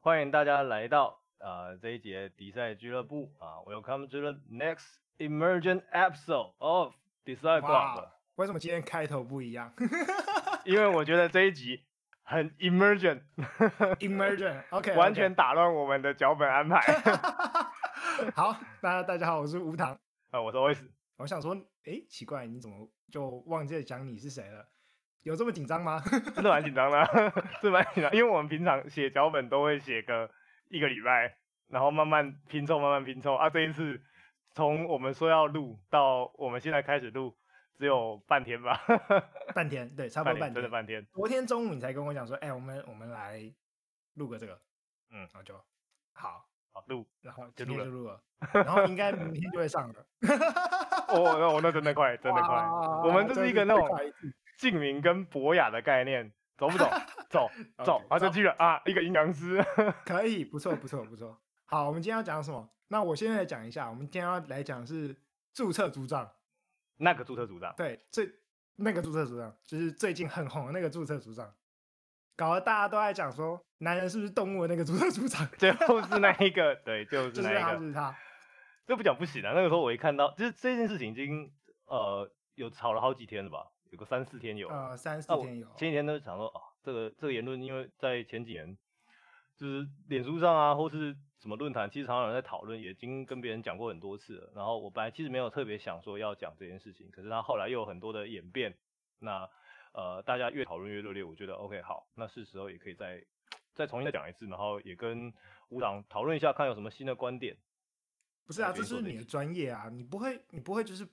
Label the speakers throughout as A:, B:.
A: 欢迎大家来到呃这一节迪赛俱乐部啊，Welcome to the next emergent episode of 迪赛 club，
B: 哇为什么今天开头不 一样
A: 因为我觉得这一集很 emergent，
B: ？Emergent，OK，、
A: 完全打乱我们的脚本安排。
B: 好。那大家好，我是吴糖。
A: 啊，我是 o s
B: 我想说，诶，奇怪，你怎么就忘记了讲你是谁了？有这么紧张吗？
A: 真的蛮紧张的啊，是蛮紧张，因为我们平常写脚本都会写个一个礼拜，然后慢慢拼凑，慢慢拼凑啊。这一次从我们说要录到我们现在开始录，只有半天吧，
B: 半天，对，差不
A: 半
B: 多半
A: 真的
B: 天。
A: 半天。
B: 昨天中午你才跟我讲说，哎、我们我们来录个这个，
A: 嗯
B: 然后就好，
A: 好录，
B: 然后
A: 就
B: 今
A: 录
B: 天
A: 了
B: 就 录了，然后应该明天就会上了。
A: 哦，那我那真的快，真的快。
B: 哇
A: 我们这是一个那种
B: 最快一次
A: 静明跟博雅的概念，走不走？ 走走
B: OK，
A: 啊，这去了啊，一个阴阳师。
B: 可以，不错，不错，不错。好，我们今天要讲什么？那我先来讲一下，我们今天要来讲的是注册组长，
A: 那个注册组长，
B: 对，最那个注册组长，就是最近很红的那个注册组长，搞得大家都在讲说，男人是不是动物的那个注册组长，
A: 最后是那一个，对，就是
B: 就是
A: 那一
B: 他，
A: 个
B: 就。是他，
A: 这不讲不行啊！那个时候我一看到，就是这件事情已经呃有吵了好几天了吧，有个三四天有。
B: 呃，三四
A: 那我
B: 天有，
A: 前几天都想说，哦，这个这个言论，因为在前几年就是脸书上啊，或是什么论坛，其实常常有人在讨论，也已经跟别人讲过很多次了。然后我本来其实没有特别想说要讲这件事情，可是它后来又有很多的演变，那呃大家越讨论越热烈，我觉得 OK 好，那是时候也可以再再重新再讲一次，然后也跟吴党讨论一下，看有什么新的观点。
B: 不是啊，
A: 我
B: 这
A: 先说
B: 是
A: 这
B: 你
A: 个
B: 的专业啊，你不会，你不会就是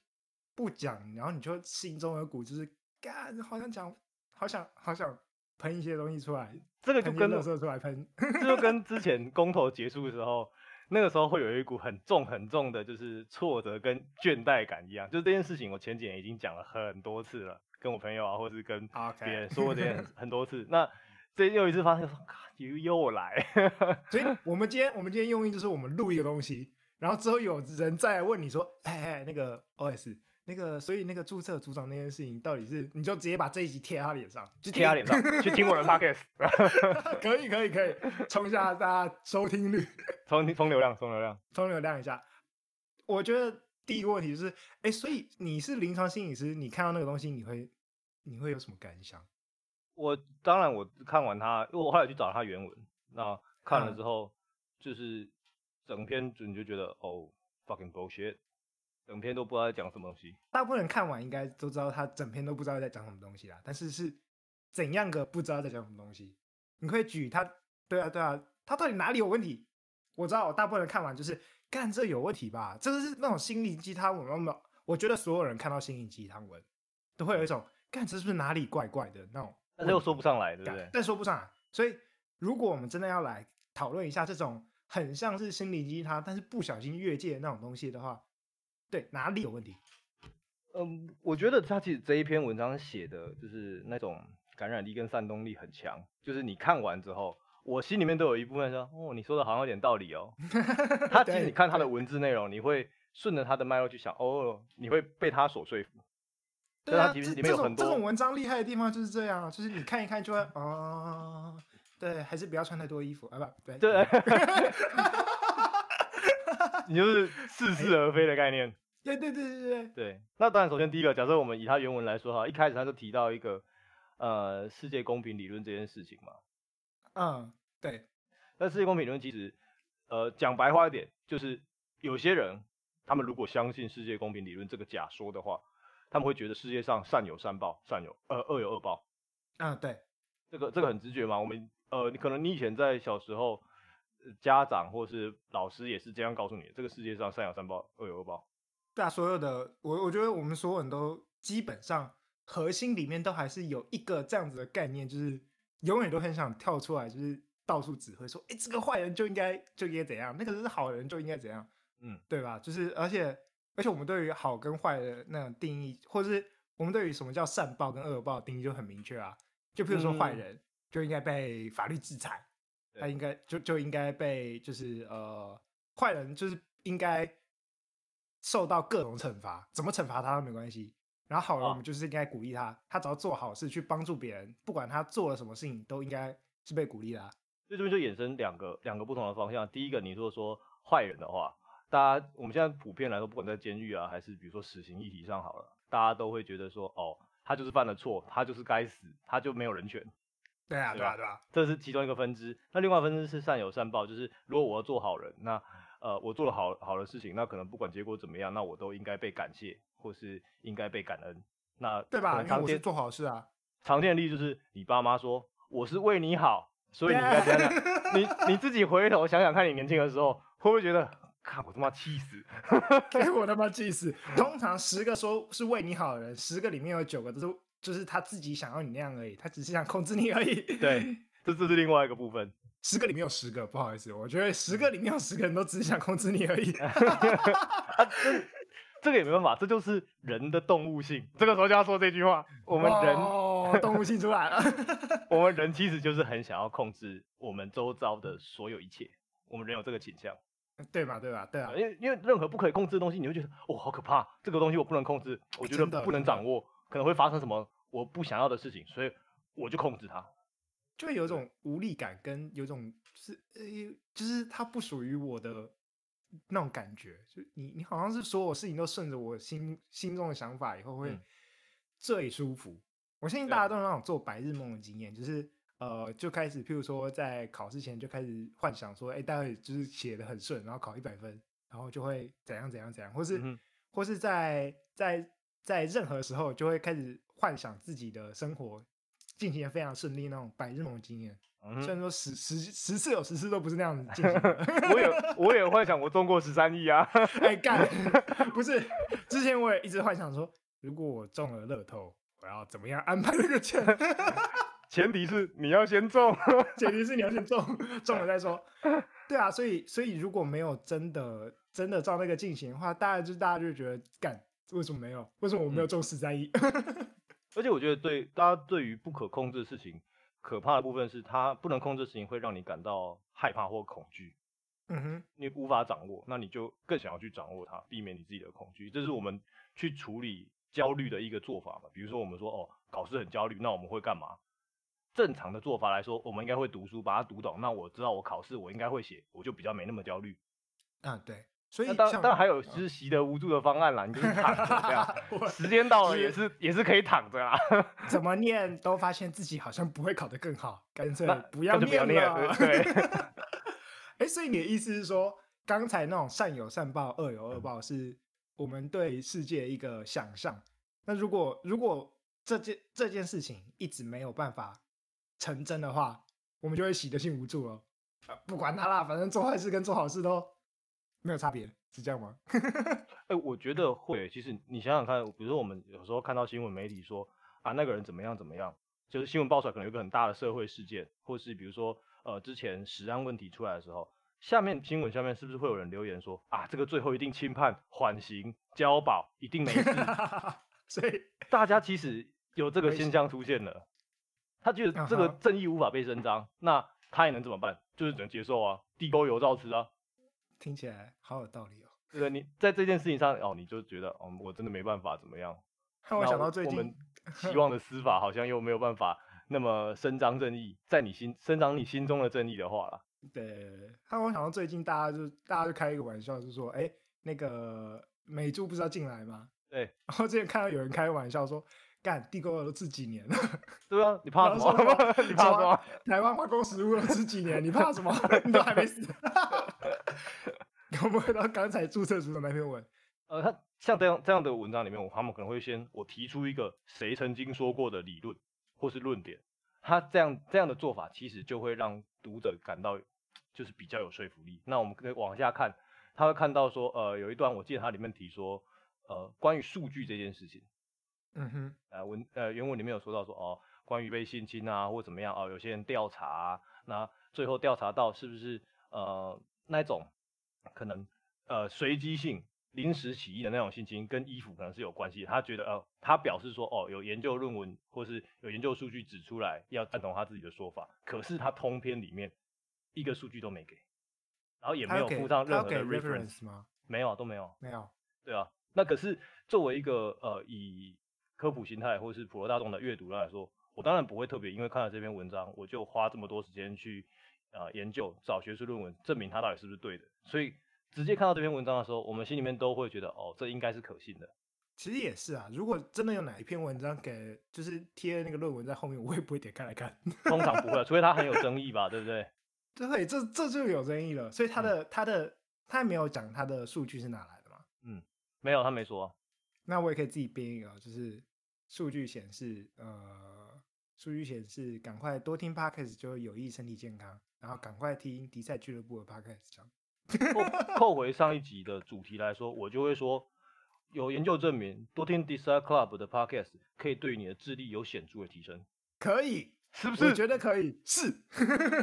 B: 不讲，然后你就心中有股就是干，好想讲，好想，好想喷一些东西出来，
A: 这个就
B: 喷一些
A: 跟
B: 垃圾出来喷，
A: 这就跟之前公投结束的时候，那个时候会有一股很重很重的，就是挫折跟倦怠感一样。就这件事情，我前几年已经讲了很多次了，跟我朋友啊，或是跟
B: OK
A: 别人说过这件事很多次。那这又一次发现说，啊又又来，
B: 所以我们今天我们今天用意就是我们录一个东西，然后之后有人再来问你说，哎哎，那个 OS 那个，所以那个注册组长那件事情到底是，你就直接把这一集贴他脸上，就
A: 贴他脸上，去听我的 podcast，
B: 可以可以可以，冲一下大家收听率，
A: 充充流量，充流量。
B: 充流量一下。我觉得第一个问题就是，哎，所以你是临床心理师，你看到那个东西，你会你会有什么感想？
A: 我当然我看完它，因为我后来去找它原文，那看了
B: 嗯
A: 之后，就是整篇就你就觉得哦，fucking bullshit，整篇都不知道在讲什么东西。
B: 大部分人看完应该都知道，他整篇都不知道在讲什么东西啦。但是是怎样个不知道在讲什么东西？你可以举他，对啊，对啊，他到底哪里有问题？我知道，我大部分人看完就是干这有问题吧，这个是那种心灵鸡汤文。那么我觉得所有人看到心灵鸡汤文，都会有一种干这是不是哪里怪怪的那种
A: 但是又说不上来，对不
B: 感，
A: 对？
B: 但说不上来。所以如果我们真的要来讨论一下这种很像是心灵鸡汤，但是不小心越界的那种东西的话，对哪里有问题？
A: 嗯，我觉得他其实这一篇文章写的就是那种感染力跟煽动力很强，就是你看完之后，我心里面都有一部分说，哦，你说的好像有点道理 哦。他其实
B: 对
A: 你看他的
B: 对
A: 文字内容，你会顺着他的脉络去想，哦，你会被他所说服。
B: 对
A: 但
B: 啊，
A: 它其实
B: 这
A: 里面有
B: 这种
A: 很多
B: 这种文章厉害的地方就是这样啊，就是你看一看就会哦，对，还是不要穿太多衣服啊，不对
A: 对， 你就是似是而非的概念。
B: 对对对对对，
A: 对，那当然，首先第一个，假设我们以他原文来说哈，一开始他就提到一个呃世界公平理论这件事情嘛。
B: 嗯，对，
A: 但世界公平理论其实，呃，讲白话一点，就是有些人他们如果相信世界公平理论这个假说的话，他们会觉得世界上善有善报，善有呃恶有恶报，
B: 嗯对，
A: 这个这个很直觉嘛。我们呃，你可能你以前在小时候，呃家长或是老师也是这样告诉你，这个世界上善有善报，恶有恶报。
B: 对啊，所有的我我觉得我们所有人都基本上核心里面都还是有一个这样子的概念，就是永远都很想跳出来，就是到处指挥说，哎，这个坏人就应该就应该怎样，那个是好人就应该怎样，
A: 嗯，
B: 对吧？就是而且而且我们对于好跟坏的那种定义，或者是我们对于什么叫善报跟恶报的定义就很明确啊。就譬如说坏
A: 嗯
B: 人、就应该被法律制裁，他
A: 对
B: 应该就就应该被就是呃坏人就是应该受到各种惩罚，怎么惩罚他都没关系。然后好人
A: 啊
B: 我们就是应该鼓励他，他只要做好事去帮助别人，不管他做了什么事情都应该是被鼓励的啊、
A: 所以这边就衍生两个两个不同的方向。第一个，你如果说坏人的话，大家我们现在普遍来说，不管在监狱啊，还是比如说死刑议题上好了，大家都会觉得说，哦，他就是犯了错，他就是该死，他就没有人权。
B: 对啊，对
A: 对
B: 啊，
A: 吧
B: 对啊，
A: 这是其中一个分支。那另外一个分支是善有善报，就是如果我要做好人，那呃我做了好好的事情，那可能不管结果怎么样，那我都应该被感谢，或是应该被感恩。那
B: 对
A: 可
B: 吧？
A: 能
B: 因为
A: 常
B: 我是
A: 见
B: 做好 事啊，
A: 常见的例子就是你爸妈说我是为你好，所以你应该怎样怎样 你你自己回头想想看，你年轻的时候会不会觉得，看我他妈气死？
B: 给我他妈气死！通常十个说是为你好的人，十个里面有九个都是就是他自己想要你那样而已，他只是想控制你而已。
A: 对，这这是另外一个部分。
B: 十个里面有十个，不好意思，我觉得十个里面有十个人都只是想控制你而已。
A: 这个也没办法，这就是人的动物性。这个时候就要说这句话： 我们人
B: 哦，动物性出来了。
A: 我们人其实就是很想要控制我们周遭的所有一切，我们人有这个倾向，
B: 对吧？对吧？对啊，
A: 因为因为任何不可以控制的东西，你会觉得哦好可怕，这个东西我不能控制，我觉得
B: 哎真的
A: 不能
B: 真的
A: 掌握，可能会发生什么我不想要的事情，所以我就控制它。
B: 就会有种无力感，跟有种就是呃，就是它不属于我的那种感觉。就你你好像是所有事情都顺着我心心中的想法，以后会
A: 嗯
B: 最舒服。我相信
A: 对
B: 大
A: 啊
B: 家都有那种做白日梦的经验，就是呃，就开始譬如说在考试前就开始幻想说，哎、待会就是写的很顺，然后考一百分，然后就会怎样怎样怎样，或是、
A: 嗯哼
B: 或是在在在任何时候就会开始幻想自己的生活进行的非常顺利那种白日梦的经验。
A: 嗯
B: 虽然
A: 哼，
B: 说十十十次有十次都不是那样子进 行的，
A: 我也我也幻想我中过十三亿啊，
B: 哎干， 不是之前我也一直幻想说，如果我中了乐透，我要怎么样安排这个钱？
A: 前提是你要先中。
B: 前提是你要先中中了再说。对啊，所以所以如果没有真的真的照那个进行的话，大家就大家就觉得干，为什么没有？为什么我没有中十三亿？
A: 而且我觉得对大家对于不可控制的事情，可怕的部分是它不能控制的事情会让你感到害怕或恐惧。
B: 嗯哼，
A: 你无法掌握，那你就更想要去掌握它，避免你自己的恐惧。这是我们去处理焦虑的一个做法嘛。比如说，我们说哦，考试很焦虑，那我们会干嘛？正常的做法来说，我们应该会读书，把它读懂。那我知道我考试我应该会写，我就比较没那么焦虑。
B: 啊对，所以
A: 那当
B: 像嗯
A: 当然还 有就是习得无助的方案啦，你就是躺着这样，
B: 我
A: 时间到了
B: 是
A: 也是也是可以躺着啊啦。
B: 怎么念都发现自己好像不会考得更好，干脆
A: 那
B: 不要
A: 那就不要
B: 念
A: 念
B: 了
A: 了。 对对
B: 哎，所以你的意思是说，刚才那种善有善报，恶有恶报，是我们对世界一个想象。那如果如果这件这件事情一直没有办法成真的话，我们就会喜得性无助了。呃不管他啦，反正做坏事跟做好事都没有差别，是这样吗？
A: 哎、我觉得会。其实你想想看，比如说我们有时候看到新闻媒体说啊，那个人怎么样怎么样，就是新闻爆出来可能有一个很大的社会事件，或是比如说呃之前食安问题出来的时候，下面新闻下面是不是会有人留言说啊，这个最后一定轻判缓刑交保，一定没 事？
B: 所以
A: 大家其实有这个
B: 危
A: 现
B: 险
A: 象出现了，他觉得这个
B: 啊哈
A: 正义无法被伸张，那他也能怎么办？就是只能接受啊，地沟油照吃啊。
B: 听起来好有道理哦。
A: 对你在这件事情上哦，你就觉得哦，我真的没办法怎么样，
B: 让我
A: 那
B: 想到最
A: 我
B: 近
A: 们希望的司法好像又没有办法那么伸张正义，在你心伸张你心中的正义的话啦，
B: 对，他我想到最近大家就大家就开一个玩笑，就说，哎，那个美猪不是要进来吗？
A: 对
B: 然后之前看到有人开玩笑说，干地沟油都吃几年了，
A: 对啊，你怕什
B: 然
A: 么
B: 后说什？
A: 你怕什么？啊
B: 台湾化工食物都吃几年，你怕什么？ 你都还没死。我们回到刚才注册组的那篇文，
A: 呃，他像这样这样的文章里面，我他们可能会先我提出一个谁曾经说过的理论或是论点，他这样这样的做法其实就会让读者感到就是比较有说服力。那我们可以往下看，他会看到说，呃，有一段我记得它里面提说，呃，关于数据这件事情。
B: 嗯哼，
A: 呃文呃原文里面有说到说哦，关于被性侵啊或怎么样哦，有些人调查啊、那最后调查到是不是呃那种可能呃随机性临时起意的那种性侵，跟衣服可能是有关系的。他觉得呃，他表示说哦，有研究论文或是有研究数据指出来要赞同他自己的说法，可是他通篇里面一个数据都没给，然后也
B: 他
A: 没有
B: 给
A: 附上
B: 他
A: 任
B: 要
A: 何
B: 给
A: 的 reference，
B: reference 吗？
A: 没有都没有。
B: 没有，
A: 对啊，那可是作为一个呃以科普形态或是普罗大众的阅读来说，我当然不会特别因为看了这篇文章，我就花这么多时间去呃研究，找学术论文证明它到底是不是对的。所以直接看到这篇文章的时候，我们心里面都会觉得，哦，这应该是可信的。
B: 其实也是啊，如果真的有哪一篇文章给就是贴那个论文在后面，我也不会点开来看。
A: 通常不会，除非它很有争议吧，对不对？
B: 对，这这就有争议了。所以
A: 嗯
B: 他的、他的他也没有讲他的数据是哪来的嘛？
A: 没有，他没说。啊
B: 那我也可以自己编一个，就是数据显示，呃，数据显示赶快多听 podcast 就会有益身体健康，然后赶快听迪赛俱乐部的 podcast 这样。
A: 扣扣回上一集的主题来说，我就会说，有研究证明，多听 Desire Club 的 Podcast 可以对你的智力有显著的提升，
B: 可以，
A: 是不
B: 我
A: 是？
B: 觉得可以，是。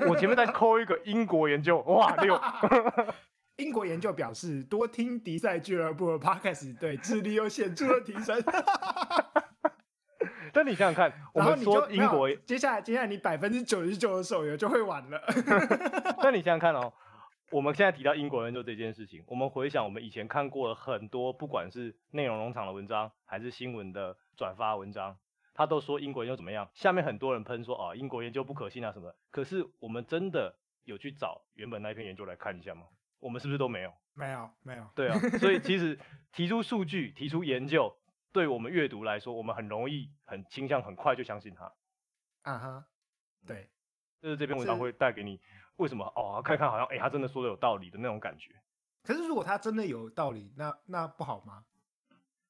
A: 我前面再扣一个英国研究，哇，六
B: 英国研究表示，多听迪赛俱乐部的 podcast 对智力有显著的提升。
A: 但你想想看， 我
B: 然后
A: 们
B: 你就
A: 说
B: 没
A: 英
B: 有
A: 国，
B: 接下来接下来你百分之九十九的手游就会玩了。
A: 但你想想看哦，我们现在提到英国研究这件事情，我们回想我们以前看过了很多，不管是内容农场的文章，还是新闻的转发文章，他都说英国研究怎么样。下面很多人喷说啊、英国研究不可信啊什么的。可是我们真的有去找原本那一篇研究来看一下吗？我们是不是都没有？
B: 没有没有，
A: 对啊，所以其实提出数据、提出研究，对我们阅读来说，我们很容易、很倾向、很快就相信它。
B: 啊哈，对，
A: 就是这篇文章
B: 是
A: 会带给你为什么哦，看一看好像哎、他真的说的有道理的那种感觉。
B: 可是如果他真的有道理，那那不好吗？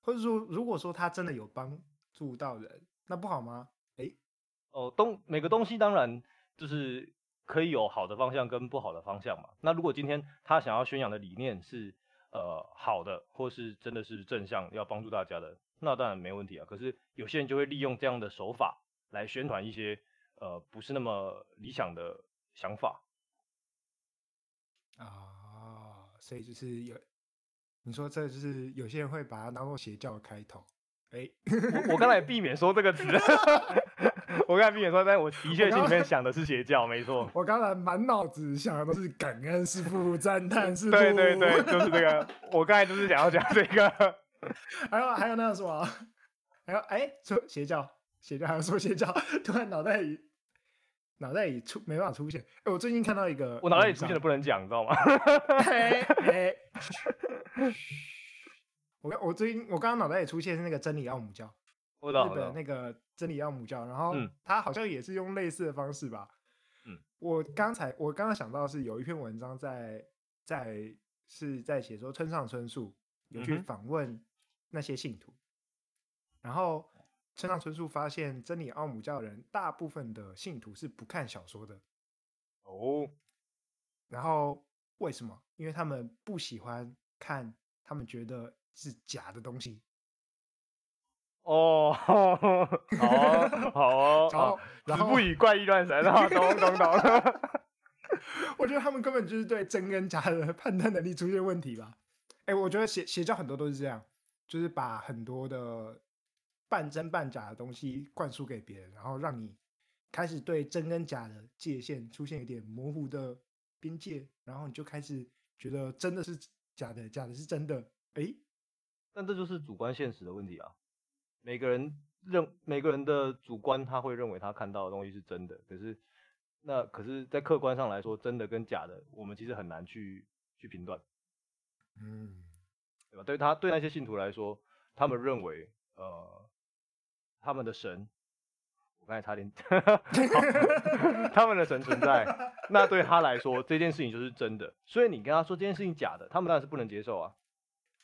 B: 或者说，如果说他真的有帮助到人，那不好吗？
A: 哦，东每个东西当然就是可以有好的方向跟不好的方向嘛。那如果今天他想要宣扬的理念是呃好的，或是真的是正向要帮助大家的，那当然没问题啊。可是有些人就会利用这样的手法来宣传一些呃不是那么理想的想法。
B: 啊、所以就是有，你说这就是有些人会把它当做邪教的开头。哎，
A: 我我刚才也避免说这个词， 我刚才避免说，但是我的确心里面想的是邪教，没错。
B: 我刚才满脑子想的都是感恩师傅、赞叹师傅，
A: 对对对，，就是这 个。我刚才就是想要讲这个。
B: 还有还有那个什么，还有哎，说邪教，邪教，还有说邪教，突然脑袋里脑袋里出没办法出现。哎，我最近看到一个，
A: 我脑袋里出现的，不能讲，你知道 吗？
B: 哎哎，我刚我最近我刚刚脑袋里出现是那个真理奥姆教，
A: 我
B: 日
A: 懂，我
B: 本
A: 懂。
B: 那个真理奥姆教，然后
A: 嗯
B: 他好像也是用类似的方式吧。
A: 嗯，
B: 我刚才我刚刚想到是有一篇文章在在是在写说村上春树
A: 嗯
B: 有去
A: 哼
B: 访问那些信徒，然后村上春树发现真理奥姆教的人大部分的信徒是不看小说的，
A: 哦，
B: 然后为什么？因为他们不喜欢看他们觉得是假的东西。
A: 哦，好哦， 好哦，
B: 然后
A: 啊，
B: 然
A: 子
B: 后
A: 不语怪异乱神啊，懂懂懂了。
B: 我觉得他们根本就是对真跟假的判断能力出现问题吧。哎，我觉得邪邪教很多都是这样，就是把很多的半真半假的东西灌输给别人，然后让你开始对真跟假的界限出现一点模糊的边界，然后你就开始觉得真的是假的，假的是真的。哎，
A: 但这就是主观现实的问题啊。每个人认每个人的主观，他会认为他看到的东西是真的，可是那可是，在客观上来说，真的跟假的，我们其实很难去去评断，
B: 嗯，
A: 对吧？对他对那些信徒来说，他们认为呃，他们的神，我刚才差点， 他们的神存在，那对他来说这件事情就是真的，所以你跟他说这件事情假的，他们当然是不能接受啊，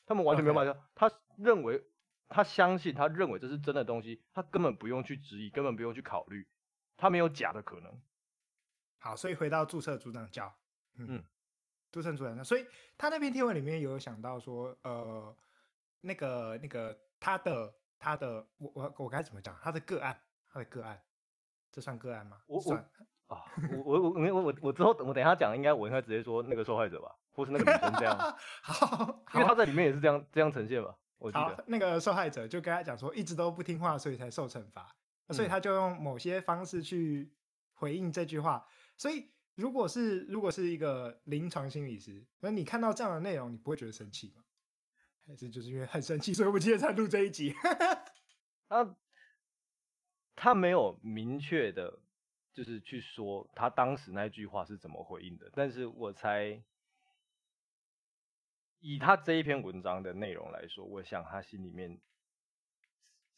A: 他们完全没有办法接受。他认为他相信，他认为这是真的东西，他根本不用去质疑，根本不用去考虑，他没有假的可能。
B: 好，所以回到注册组长教，嗯
A: 嗯，
B: 注册组长教，所以他那篇贴文里面有想到说，呃，那个那个他的他的我我我该怎么讲？他的个案，他的个案，这算个案吗？
A: 我我
B: 算，
A: 啊，我我我我我我之后我等一下讲，应该我应该直接说那个受害者吧，或是那个女生这样，
B: 好
A: 因为他
B: 好
A: 在里面也是这样这样呈现吧，我记
B: 好
A: 得。，
B: 那个受害者就跟他讲说，一直都不听话，所以才受惩罚，呃所以
A: 嗯
B: 他就用某些方式去回应这句话，所以。如果是如果是一个临床心理师，那你看到这样的内容，你不会觉得生气吗？还是就是因为很生气，所以我们今天才录这一集？
A: 他他没有明确的就是去说他当时那句话是怎么回应的，但是我猜，以他这一篇文章的内容来说，我想他心里面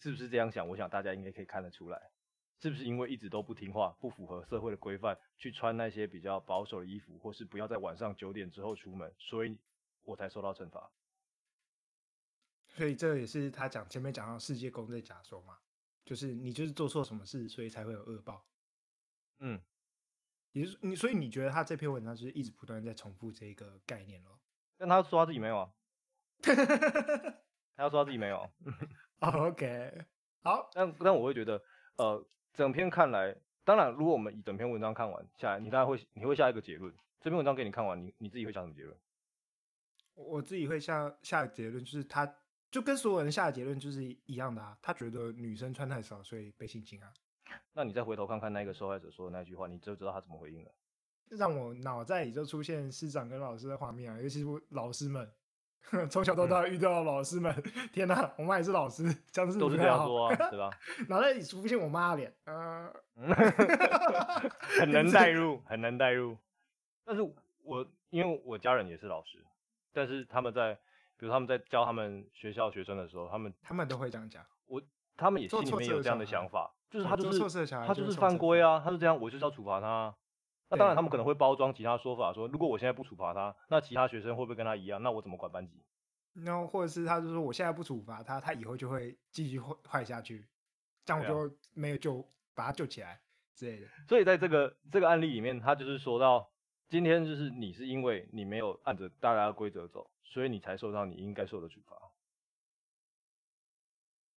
A: 是不是这样想？我想大家应该可以看得出来，是不是因为一直都不听话，不符合社会的规范，去穿那些比较保守的衣服，或是不要在晚上九点之后出门，所以我才受到惩罚。
B: 所以这也是他讲前面讲到世界公正假说嘛，就是你就是做错什么事，所以才会有恶报。
A: 嗯，
B: 也就是你，所以你觉得他这篇文章就是一直不断地在重复这个概念咯？
A: 但他说他自己没有啊，他说他自己没有啊。
B: o k 好，
A: 但但我会觉得，呃，整篇看来，当然，如果我们以整篇文章看完下来，你大概会你会下一个结论。这篇文章给你看完，你你自己会下什么结论？
B: 我我自己会下下的结论就是他，就跟所有人下的结论就是一样的啊。他觉得女生穿太少，所以被性侵啊。
A: 那你再回头看看那个受害者说的那句话，你就知道他怎么回应了。
B: 让我脑袋里就出现师长跟老师的画面啊，尤其是我老师们， 从小到大遇到的老师们， 天哪，我妈也是老师，真是
A: 嗯都
B: 不
A: 是
B: 太
A: 这样
B: 好
A: 说啊，对吧？
B: 脑袋里出现我妈的脸，呃，
A: 很 难代入，很难代入。但是我因为我家人也是老师，但是他们在比如他们在教他们学校学生的时候，他们
B: 他们都会这样讲，
A: 他们也
B: 做
A: 心里
B: 错
A: 面
B: 事
A: 有
B: 的
A: 这样
B: 小
A: 的
B: 孩
A: 想法，就是
B: 对
A: 他就
B: 做
A: 是
B: 错事的小孩
A: 他
B: 就
A: 就是是
B: 受
A: 犯
B: 惩
A: 规啊，他是这样，我就是要处罚他啊。那当然，
B: 对
A: 他们可能会包装其他说法说如果我现在不处罚他，那其他学生会不会跟他一样？那我怎么管班级？
B: 然后或者是他就说我现在不处罚他，他以后就会继续坏坏下去，这样我
A: 对啊
B: 就没有救把他救起来之类的。
A: 所以在这个这个案例里面，他就是说到，今天就是你是因为你没有按着大家的规则走，所以你才受到你应该受的处罚。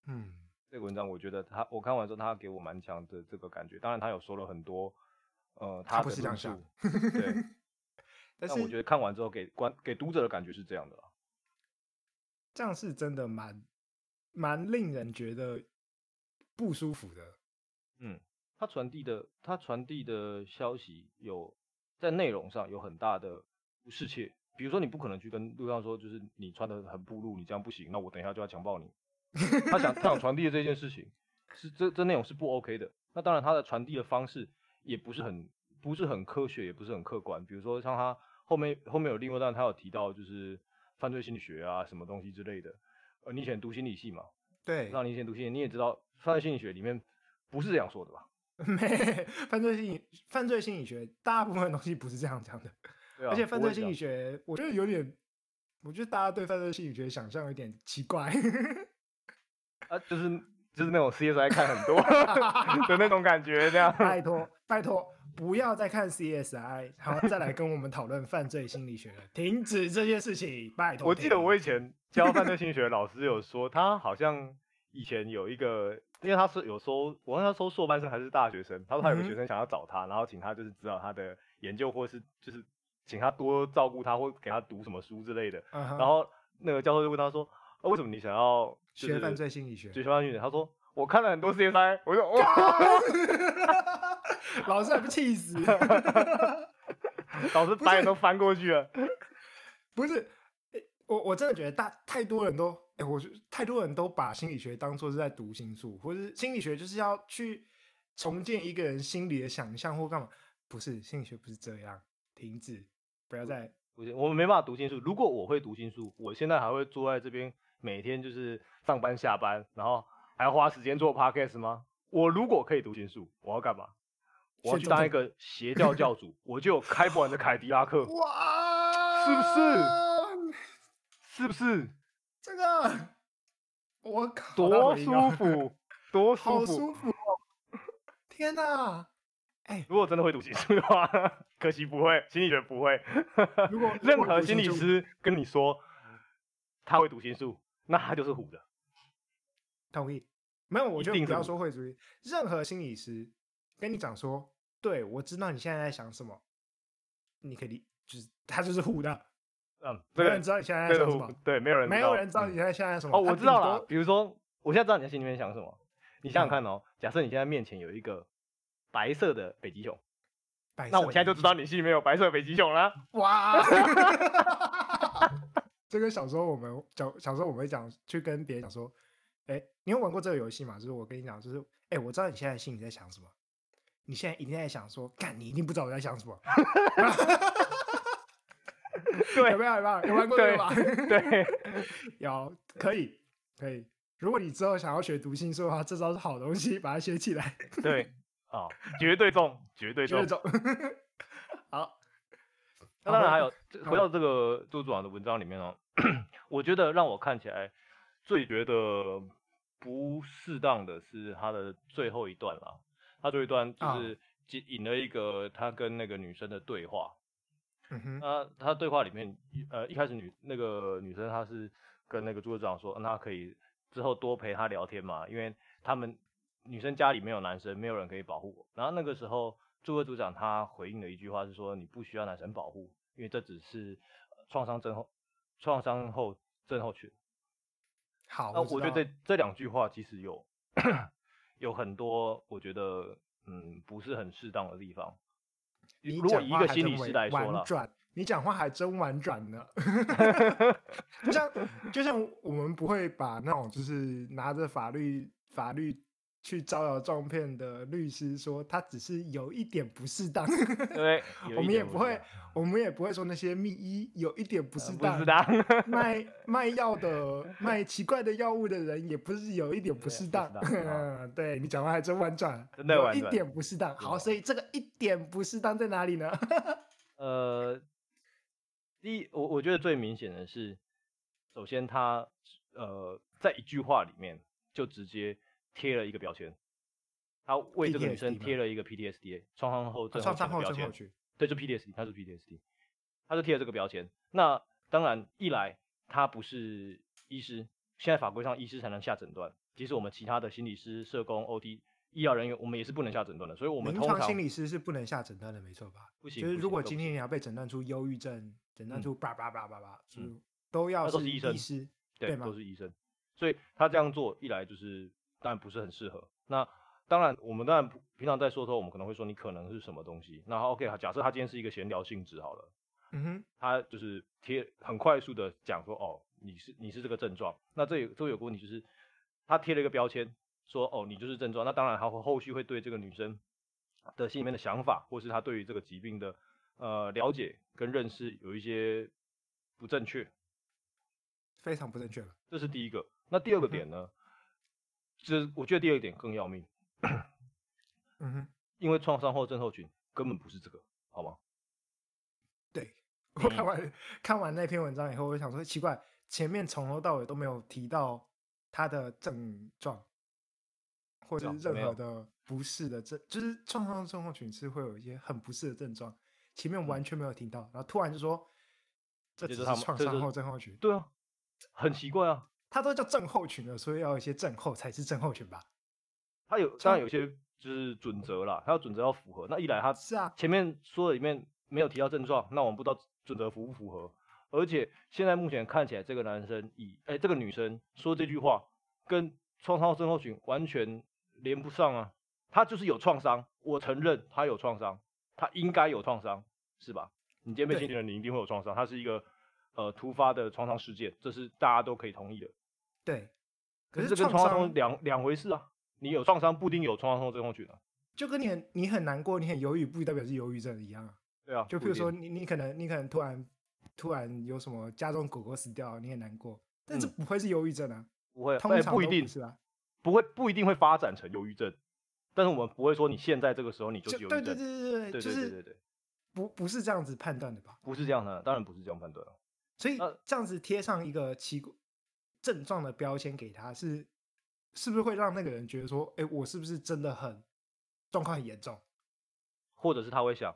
B: 嗯，
A: 这个文章我觉得他我看完之后，他给我蛮强的这个感觉。当然，他有说了很多，呃，
B: 他
A: 他
B: 不
A: 的
B: 是这样
A: 论
B: 想
A: 述， 对。
B: 但
A: 但我觉
B: 是
A: 得看完之后给观给读者的感觉是这样的啦。
B: 这样是真的蛮蛮令人觉得不舒服的。
A: 它传递的它传递的消息有在内容上有很大的不适切，比如说你不可能去跟路上说，就是你穿的很暴露，你这样不行，那我等一下就要强暴你。他想他想传递的这件事情是这这内容是不 OK 的。那当然，他的传递的方式也不是很不是很科学，也不是很客观。比如说像他后面后面有另外一段，他有提到就是犯罪心理学啊什么东西之类的。呃，你以前读心理系嘛？
B: 对，
A: 让你以前读心理，你也知道犯罪心理学里面不是这样说的吧？
B: 没犯罪心理犯罪心理学大部分东西不是这样讲的，
A: 对啊，
B: 而且犯
A: 不会
B: 罪心
A: 讲
B: 理学我觉得有点，我觉得大家对犯罪心理学想象有点奇怪。
A: 啊，就是就是那种 CSI 看很 多 的那种感觉，这 样。
B: 拜托，拜托，不要再看 CSI，然后再来跟我们讨论犯罪心理学了，停止这件事情，拜托。
A: 我记得
B: 停
A: 我以前教犯罪心理学的老师有说，他好像以前有一个，因为他是有收，我问他收硕班生还是大学生，他说他有个
B: 嗯哼
A: 学生想要找他，然后请他就是指导他的研究，或是就是请他多照顾他，或给他读什么书之类的。
B: 嗯哼
A: 然后那个教授就问他说，啊、为什么你想要、就
B: 学
A: 是、
B: 犯罪心理学，
A: 学犯罪心理学？他说我看了很多 CSI，我说哦。
B: 老师还不气 死？
A: 老师白眼都翻过去了，
B: 不是，诶我我真的觉得大太多人都，哎、我是太多人都把心理学当做是在读心术，或者是心理学就是要去重建一个人心里的想象或干嘛？不是，心理学不是这样，停止，不要再。
A: 不行，我们没办法读心术。如果我会读心术，我现在还会坐在这边，每天就是上班下班，然后还要花时间做 podcast 吗？我如果可以读心术，我要干嘛？我要
B: 选
A: 去
B: 总
A: 当
B: 统
A: 一个邪教教主，我就有开不完的凯迪拉克，
B: 哇，
A: 是不是不是？
B: 这个我靠，
A: 多
B: 好大
A: 舒
B: 回音哦，
A: 服，多舒
B: 好
A: 服！
B: 舒服、哦！天哪！
A: 如果真的会读心术的话，可惜不会，心理学不会。
B: 如果如
A: 任
B: 果
A: 何
B: 读
A: 心理
B: 心术
A: 师跟你说他会读心术，那他就是唬的。
B: 同意。没有，我
A: 一
B: 觉得
A: 定
B: 不
A: 是
B: 要
A: 不
B: 说会主义，任何心理师跟你讲说，对我知道你现在在想什么，你可以理，就是他就是唬的，
A: 嗯，这
B: 没有
A: 个
B: 人知道你现在在
A: 这
B: 想
A: 个
B: 什
A: 我
B: 么，
A: 对，没有人
B: 没有人知道
A: 嗯
B: 你现在现在在什么。
A: 哦，我
B: 他
A: 知道
B: 啊顶
A: 了
B: 多。。嗯
A: 比如说，我现在知道你在心里面想什么。你想想看哦，假设你现在面前有一个白色的北极熊，
B: 白
A: 那
B: 色
A: 我现在就
B: 的
A: 知道你心里面有白色的北极熊 啦。
B: 哇。这个小时候我们小小时候我们会讲，去跟别人讲说，哎，你有玩过这个游戏吗？就是我跟你讲，就是哎，我知道你现在心里在想什么，你现在一定在想说，干，你一定不知道我在想什么。 有
A: 对
B: 没有？有没有？有玩过这个吧？
A: 对，
B: 有，可以，可以。如果你之后想要学读心术的话，这招是好东西，把它学起来。
A: 对 啊、绝对中，绝对中
B: 这。种。 好，
A: 那当然还
B: 有
A: 有，这回到这个周组长的文章里面哦， 我觉得让我看起来最觉得不适当的是他的最后一段啦，他最后一段就
B: 啊
A: 是引引了一个他跟那个女生的对话，
B: 嗯哼，
A: 那他对话里面，呃，一开始女那个女生她是跟那个朱社长说，那可以之后多陪他聊天嘛，因为他们女生家里没有男生，没有人可以保护我。然后那个时候，朱社组长他回应的一句话是说，你不需要男生保护，因为这只是呃创伤症候创伤后症候群。
B: 好，
A: 那
B: 知
A: 我觉
B: 道
A: 得这这两句话其实有 有很多，我觉得嗯不是很适当的地方。
B: 你
A: 如果
B: 讲
A: 以一
B: 话
A: 个
B: 还
A: 心
B: 真
A: 理师
B: 委
A: 来说
B: 婉
A: 啦，
B: 转，你讲话还真婉转 呢。就像就像我们不会把那种就是拿着法律法律去招摇撞骗的律师说他只是有一点不适当，
A: 对，有
B: 我
A: 一
B: 们
A: 点
B: 也不
A: 适
B: 会
A: 当。
B: 我们也不会说那些秘医有一点不适
A: 呃不
B: 当，
A: 适当，
B: 卖卖药的卖奇怪的药物的人也不是有一点不
A: 对
B: 适
A: 不
B: 当
A: 适当啊，
B: 对你讲话还真婉转，
A: 真的婉
B: 有一
A: 转
B: 点不适当。好，所以这个一点不适当在哪里呢？
A: 呃，第一，我我觉得最明显的是，首先他呃在一句话里面就直接贴了一个标签，他为这个女生
B: PTSD 吗
A: 贴了一个 PTSD 创伤后症
B: 创伤
A: 候群的
B: 后症
A: 标
B: 候
A: 签，
B: 群，
A: 对，就 PTSD，他是 PTSD，他就贴了这个标签。那当然，一来他不是医师，现在法规上医师才能下诊断，即使我们其他的心理师、社工、OT、医疗人员，我们也是不能下诊断的，所以我们
B: 临
A: 通
B: 床
A: 常
B: 心理师是不能下诊断的，没错吧？
A: 不行，
B: 就是
A: 不
B: 如
A: 行
B: 果
A: 这
B: 今
A: 不
B: 天
A: 行
B: 你要被诊断出忧郁症，诊断
A: 嗯
B: 出叭叭叭叭叭，就
A: 嗯
B: 都要
A: 那都
B: 是
A: 是医生
B: 师。
A: 对，
B: 对
A: 都
B: 吗
A: 是医生，所以他这样做一来就是当然不是很适合。那当然，我们当然不平常在说的时候，我们可能会说你可能是什么东西。那好 OK，好假设他今天是一个闲聊性质好了，
B: 嗯哼，
A: 他就是贴很快速的讲说哦，你是你是这个症状。那这有这有个问题就是，他贴了一个标签说哦你就是症状。那当然他会后续会对这个女生的心里面的想法，或是他对于这个疾病的呃了解跟认识有一些不正确。
B: 非常不正确了。
A: 这是第一个。那第二个
B: 嗯哼
A: 点呢？这我觉得第二个点更要命，
B: 嗯哼，
A: 因为创伤后症候群根本不是这个，好吗？
B: 对我看
A: 嗯
B: 完看完那篇文章以后，我想说奇怪，前面从头到尾都没有提到他的症状，或者
A: 对啊
B: 是任
A: 没
B: 何
A: 有
B: 的不适的症，就是创伤症候群是会有一些很不适的症状，前面完全没有提到，然后突然就说这
A: 嗯就
B: 只
A: 是他
B: 是
A: 们
B: 创
A: 这就
B: 伤
A: 是
B: 后症候群，
A: 对啊，很奇怪啊。
B: 它都叫症候群了，所以要有一些症候才是症候群吧？
A: 它有当然有一些就是准则啦，它要准则要符合。那一来它
B: 是啊，
A: 前面说的里面没有提到症状，那我们不知道准则符不符合。而且现在目前看起来，这个男生以哎、这个女生说这句话跟创伤后症候群完全连不上啊。她就是有创伤，我承认她有创伤，她应该有创伤，是吧？你今天被
B: 对
A: 性侵了，你一定会有创伤，它是一个呃突发的创伤事件，这是大家都可以同意的。
B: 对。
A: 可
B: 可
A: 这跟
B: 创
A: 创伤
B: 伤
A: 两两回事啊，你有创伤不一定有创伤后症候群啊。
B: 就跟你很你很难过，你很忧郁，不代表是忧郁症一样啊。
A: 对啊，
B: 就
A: 不
B: 比
A: 一
B: 如说
A: 定
B: 你你可能你可能突然突然有什么家中狗狗死掉，你很难过，但这
A: 嗯
B: 不会是忧郁症啊，
A: 不会啊，
B: 通
A: 哎
B: 常
A: 不一
B: 都
A: 定
B: 是啊，
A: 不会不一定会发展成忧郁症，但是我们不会说你现在这个时候你就
B: 就是对
A: 忧
B: 对
A: 郁
B: 对
A: 症，
B: 对
A: 对
B: 就
A: 对对
B: 是
A: 对，
B: 不不是这样子判断的吧？
A: 不是这样的，当然不是这样判断了。
B: 所以
A: 呃
B: 这样子贴上一个奇怪症状的标签给他是是不是会让那个人觉得说，哎，我是不是真的很状况很严重？
A: 或者是他会想，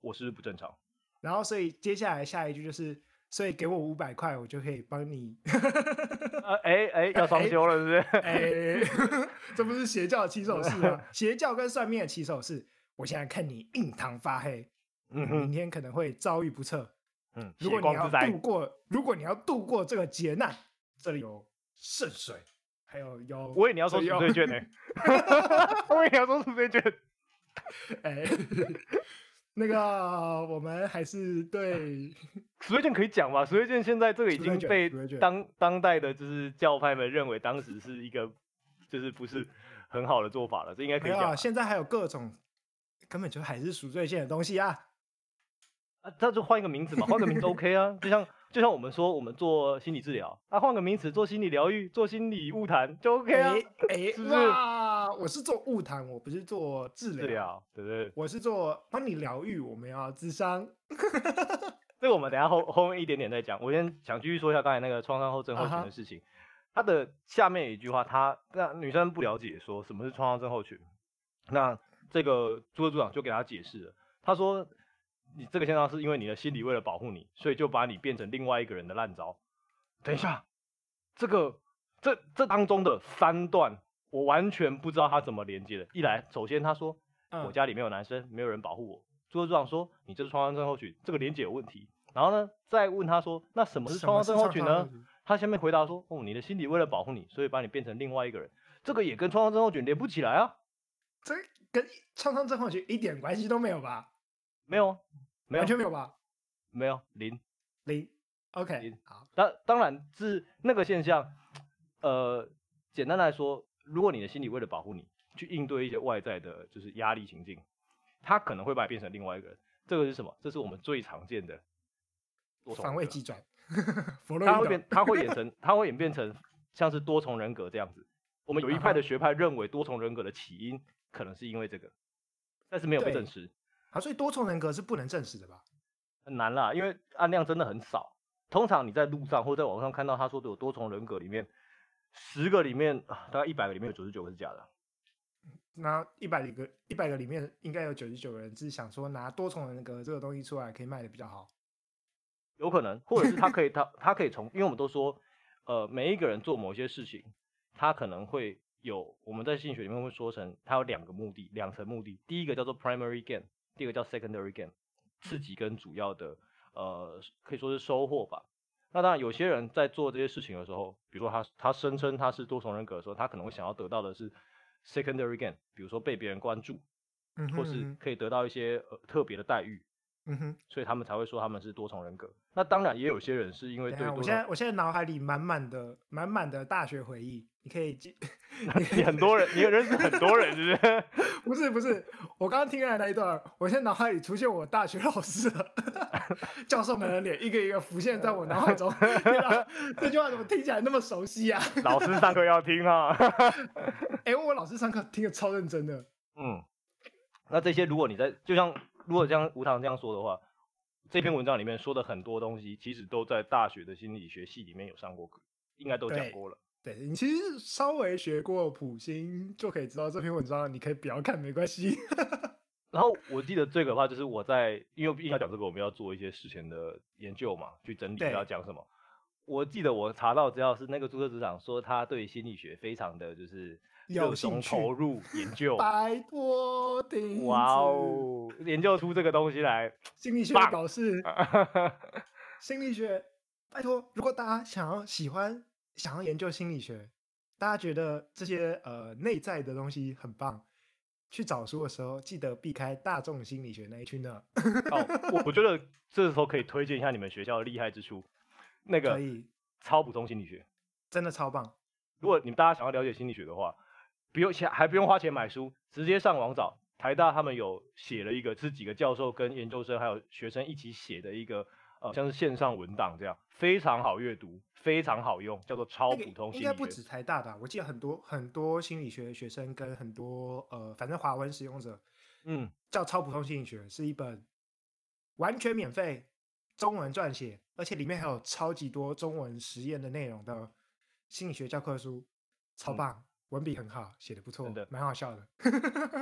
A: 我是不是不正常？
B: 然后所以接下来下一句就是，所以给我五百块，我就可以帮你。
A: 呃，哎哎，要 双休了是不是？
B: 哎、这不是邪教的起手式 吗？邪教跟算命的起手式，我现在看你印堂发黑，
A: 嗯
B: 明
A: 哼
B: 天可能会遭遇不测。
A: 嗯，
B: 如果
A: 血光
B: 你要
A: 之灾
B: 度，过，如果你要度过这个劫难，这里有圣水，还有有
A: 我以为你要说
B: 这里
A: 赎
B: 有
A: 罪券呢，我以为你要说赎罪券，
B: 哎，那个我们还是对
A: 赎罪券 可以讲吧？赎罪券现在这个已
B: 赎罪
A: 经
B: 券
A: 被
B: 赎罪券
A: 当当代的就是教派们认为当时是一个就是不是很好的做法了，这应该可
B: 没
A: 以
B: 有
A: 讲
B: 啊，
A: 吧。
B: 现在还有各种根本就还是赎罪线的东西啊。
A: 啊，那就换一个名字嘛，换个名字 OK 啊。就像就像我们说，我们做心理治疗，啊，换个名词做心理疗愈，做心理物谈就 OK 啊。
B: 哎
A: 是不是
B: 哇，我是做物谈，我不是做治
A: 治
B: 疗，
A: 疗，对不对？
B: 我是做帮你疗愈，我们要智商。
A: 这个我们等一下后后面一点点再讲。我先想继续说一下刚才那个创伤后症候
B: 啊
A: 群
B: 哈
A: 的事情。他的下面一句话，他那女生不了解说什么是创伤症候群，那这个朱组长就给他解释了。他说：“你这个现象是因为你的心理为了保护你，所以就把你变成另外一个人的烂招。”等一下，这个这这当中的三段，我完全不知道他怎么连接的。一来，首先他说
B: 嗯
A: 我家里没有男生，没有人保护我。朱科组长说：“你这是创伤症候群，这个连结有问题。”然后呢，再问他说：“那什么是
B: 什
A: 创
B: 么
A: 伤
B: 是
A: 症候
B: 创
A: 群
B: 伤
A: 呢
B: 后群？”
A: 他下面回答说：“哦，你的心理为了保护你，所以把你变成另外一个人，这个也跟创伤症候群连不起来啊。
B: 这跟创伤症候群一点关系都没有吧？”
A: 没有啊，没有
B: 完，全没有吧？
A: 没有零。
B: 零，OK，
A: 零
B: 好，
A: 当当然是那个现象，呃，简单来说，如果你的心理为了保护你，去应对一些外在的就是压力情境，它可能会把你变成另外一个人。这个是什么？这是我们最常见的多重
B: 反胃
A: 人格
B: 急转， 弗洛
A: 它会
B: 伊德
A: 变，它会演成，它会演变成像是多重人格这样子。我们有一
B: 啊哈
A: 派的学派认为，多重人格的起因可能是因为这个，但是没有被
B: 对
A: 证实，
B: 啊，所以多重人格是不能证实的吧？
A: 很难啦，因为案量真的很少。通常你在路上或在网上看到他说的有多重人格里面，十个里面啊大概一百个里面有九十九个是假的。啊
B: 那一百里个一百个里面，应该有九十九个人是想说拿多重人格这个东西出来可以卖的比较好。
A: 有可能，或者是他可以他他可以从，因为我们都说，呃，每一个人做某些事情，他可能会有我们在心理学里面会说成，他有两个目的，两层目的，第一个叫做 primary gain，第二个叫 secondary gain，刺激跟主要的呃可以说是收获吧。那当然，有些人在做这些事情的时候，比如说他他声称他是多重人格的时候，他可能会想要得到的是 secondary gain，比如说被别人关注，
B: 嗯哼
A: 或
B: 嗯
A: 是
B: 哼
A: 可以得到一些呃特别的待遇。
B: 嗯哼，
A: 所以他们才会说他们是多重人格。那当然也有些人是因为
B: 等一
A: 对
B: 下，
A: 多重
B: 我现在我现在脑海里满满的满满的大学回忆，你可以记，
A: 你很多人，你也认识很多人，是不是？
B: 不是不是，我刚刚听了那一段儿，我现在脑海里出现我大学老师了， 教授们的脸一个一个浮现在我脑 海中。天啊这句话怎么听起来那么熟悉啊？
A: 老师上课要听啊。
B: 哎、我老师上课听得超认真的。
A: 嗯，那这些如果你在，就像如果像吴糖这样说的话，这篇文章里面说的很多东西，其实都在大学的心理学系里面有上过课，应该都讲
B: 对
A: 过了。
B: 对你其实稍微学过普星，就可以知道这篇文章了，你可以不要看，没关系。
A: 然后我记得最可怕就是我在，因为硬要讲这个，我们要做一些事前的研究嘛，去整理
B: 对
A: 要讲什么。我记得我查到资料是那个注册组长说他对心理学非常的就是
B: 有
A: 热衷
B: 兴趣
A: 投入研究，
B: 拜托，停止
A: 哦哇！哦，研究出这个东西来，
B: 心理学
A: 棒
B: 考 试，心理学，拜托，如果大家想要喜欢，想要研究心理学，大家觉得这些呃内在的东西很棒，去找书的时候记得避开大众心理学那一区呢。
A: 哦，我我觉得这时候可以推荐一下你们学校的厉害之处，那
B: 可
A: 个
B: 以，
A: 超普通心理学。
B: 真的超棒。
A: 如果你们大家想要了解心理学的话，不用钱还不用花钱买书，直接上网找台大他们有写了一个是几个教授跟研究生还有学生一起写的一个呃像是线上文档这样，非常好阅读，非常好用，叫做超
B: 那
A: 普通心
B: 个应
A: 理
B: 该
A: 学。
B: 不止台大吧？我记得很多很多心理学学生跟很多呃，反正华文使用者
A: 嗯，
B: 叫《超普通心理学》，是一本完全免费中文撰写，而且里面还有超级多中文实验的内容的心理学教科书，超
A: 嗯
B: 棒，文笔很好，写的不错
A: 真的，
B: 蛮好笑的。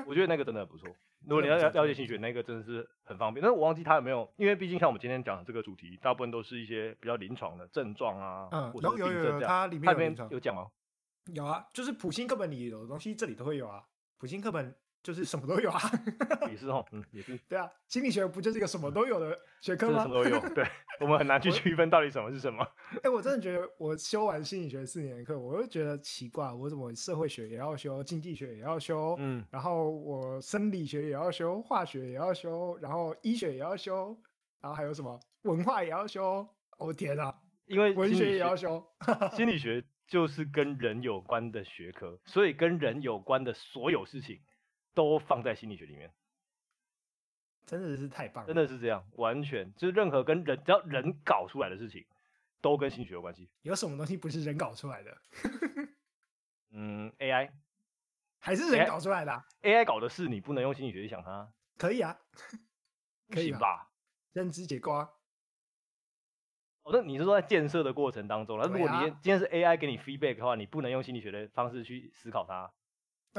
A: 我觉得那个真的很不错。如果你
B: 嗯真
A: 要
B: 的
A: 了
B: 不错
A: 了解
B: 真的
A: 心理
B: 不
A: 学，那个真的是很方便。但是我忘记它有没有，因为毕竟像我们今天讲的这个主题，大部分都是一些比较临床的症状啊，
B: 嗯
A: 或，者
B: 然后
A: 是
B: 有
A: 病症
B: 有有，
A: 这样。
B: 它里面
A: 它
B: 有
A: 里
B: 临
A: 面
B: 床
A: 有讲 哦，
B: 有啊，就是普星课本里有的东西，这里都会有啊。普星课本就是什么都有啊，
A: 也是哦，嗯，也是，
B: 对啊，心理学不就是一个什么都有的学科
A: 真的
B: 吗
A: 什？么都有。 对，我们很难去
B: 我
A: 区分到底什么是什么。
B: 哎、我真的觉得我修完心理学四年的课，我就觉得奇怪，我怎么社会学也要修，经济学也要修，
A: 嗯，
B: 然后我生理学也要修，化学也要修，然后医学也要修，然后还有什么文化也要修。我、天啊，
A: 因为
B: 文
A: 心
B: 学
A: 理
B: 也要修，
A: 心理 学就是跟人有关的学科，所以跟人有关的所有事情都放在心理学里面。
B: 真的是太棒了，
A: 真的是这样，完全就是任何跟人只要人搞出来的事情，都跟兴趣有关系。
B: 有什么东西不是人搞出来的，
A: 嗯，AI
B: 还是
A: 哎
B: 人搞出来的啊、
A: AI 搞的事，你不能用心理学去想它，
B: 可以啊，
A: 不
B: 可以
A: 行
B: 吧
A: 吧？
B: 认知结构啊，
A: 哦，那你是说在建设的过程当中，那如
B: 对
A: 果你
B: 啊
A: 今天是 AI 给你 feedback 的话，你不能用心理学的方式去思考它。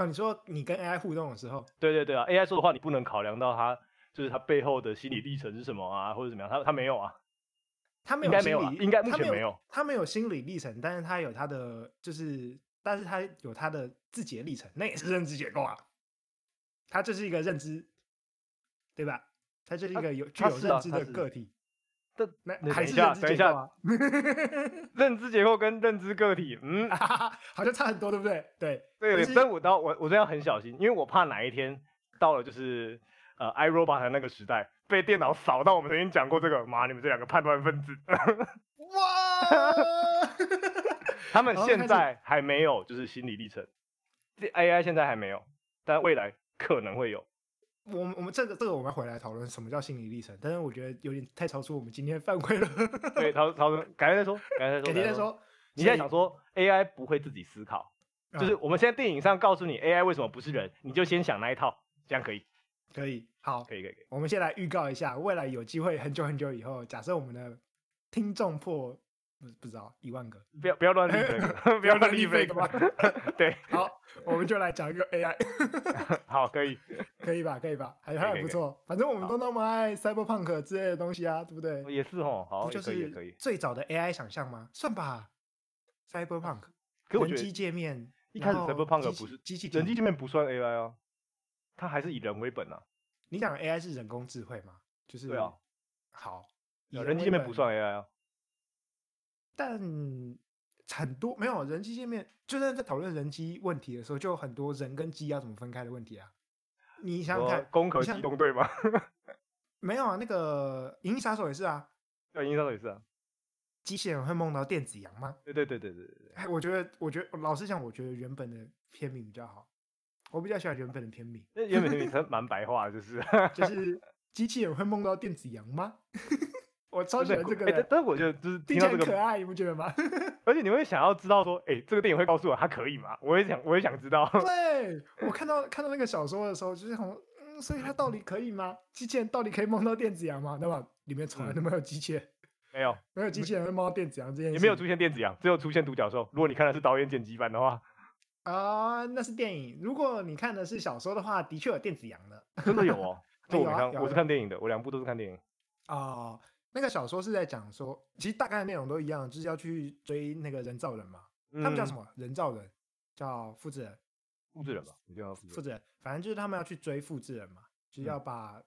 B: 哦，你说你跟 AI 互动的时候，
A: 对对对啊，AI 说的话你不能考量到它就是它背后的心理历程是什么啊，或者怎么样，它它没有啊。
B: 他没
A: 应
B: 有
A: 该
B: 心
A: 没有啊
B: 理
A: 应该目
B: 他
A: 前
B: 没
A: 没有，
B: 他没有心理历程，但是他有他的就是，但是他有他的自己的历程，那也是认知结构啊，他就是一个认知，对吧？他就是一
A: 他
B: 个有具
A: 他
B: 有
A: 是啊
B: 认知
A: 他
B: 的
A: 是
B: 个体，
A: 但
B: 那
A: 那
B: 还
A: 等一
B: 是
A: 下
B: 认知
A: 等一
B: 结构啊，
A: 认知结构跟认知个体，嗯，
B: 啊 好像差很多，对不对？对，
A: 对
B: 但是，
A: 但我到我我真的要很小心，因为我怕哪一天到了就是呃 iRobot 的那个时代，被电脑扫到。我们曾经讲过这个，妈，你们这两个判断分子，
B: 哇，
A: 他们
B: 哦开
A: 现
B: 始
A: 在还没有就是心理历程这，AI 现在还没有，但未来可能会有。
B: 我们我们这个这个我们要回来讨论什么叫心理历程，但是我觉得有点太超出我们今天的范围了。
A: 对， 陶陶哥，改天再说，改天再说，改
B: 改天
A: 天
B: 再。说。
A: 你现在想
B: 所以
A: 说 AI 不会自己思考，就是
B: 嗯
A: 我们现在电影上告诉你 AI 为什么不是人，你就先想那一套，这样可以，
B: 可以好，
A: 可以，可以，可以。
B: 我们先来预告一下，未来有机会很久很久以后，假设我们的听众破不不知道一万个，
A: 不要不要乱立 flag，不要乱立
B: flag 吧
A: flag。对，
B: 好，我们就来讲一个 AI，
A: 好，可以。
B: 可以吧？可以吧？还
A: 可以
B: 还
A: 可以
B: 不错，反正我们
A: 好
B: 都那么爱 cyberpunk 之类的东西啊，对不对？
A: 也是哦，好，
B: 不
A: 也
B: 就
A: 可以，也可
B: 是
A: 以。
B: 最早的 AI 想象吗？算吧，cyberpunk
A: 可我
B: 人
A: 觉
B: 机
A: 得
B: 界面，
A: 一
B: 然
A: 开始
B: 后
A: cyberpunk
B: 机
A: 不
B: 器
A: 是
B: 机器
A: 人机
B: 体，
A: 界面不算 AI 啊，它还是以人为本啊。
B: 你讲 AI 是人工智慧吗？就是
A: 对啊，
B: 好，以
A: 人机
B: 为
A: 界面
B: 本
A: 不算 AI 啊，
B: 但很多没有人机界面，就算在讨论人机问题的时候，就有很多人跟机要怎么分开的问题啊。你想想
A: 说
B: 看，
A: 攻壳
B: 你
A: 机
B: 像
A: 动队吗？
B: 没有啊？那个《银翼杀手》也是啊，
A: 对，英商也是啊。
B: 机器人会梦到电子羊吗？
A: 对对对对对对，
B: 哎我觉得，我觉得老实讲，我觉得原本的片名比较好，我比较喜欢原本的片名，
A: 那原本你真蛮白话的，就是。
B: 就是机器人会梦到电子羊吗？ 我超
A: 真
B: 喜
A: 的
B: 欢这
A: 很
B: 个
A: 酷哎但
B: 的，
A: 但我觉得就是听
B: 听起
A: 到
B: 来
A: 这
B: 很可
A: 个，
B: 爱，你不觉 得吗？
A: 而且你会想要知道说，哎，这个电影会告诉我它可以吗？我也想，我也想知 道。
B: 对我看到看到那个小说的时候，就是很，嗯，所以它到底可以吗？机器人到底可以梦到电子羊吗？那么里面从来
A: 嗯
B: 都没有机器人，
A: 没有，
B: 没有机器人会梦到电子羊这件事，
A: 也没有出现电子羊，只有出现独角兽。如果你看的是导演剪辑版的 话，
B: 啊、那是电影。如果你看的是小说的话，的确有电子羊的
A: 真的有哦。 这我没
B: 有啊
A: 看，
B: 有
A: 我
B: 啊
A: 是看电影的，我两部都是看电影。
B: 哦。那个小说是在讲说，其实大概的内容都一样，就是要去追那个人造人嘛。他们叫
A: 嗯
B: 什？么？人造人叫复制人，
A: 复制人吧，你就要复制
B: 复
A: 人。
B: 制人，反正就是他们要去追复制人嘛，就是要把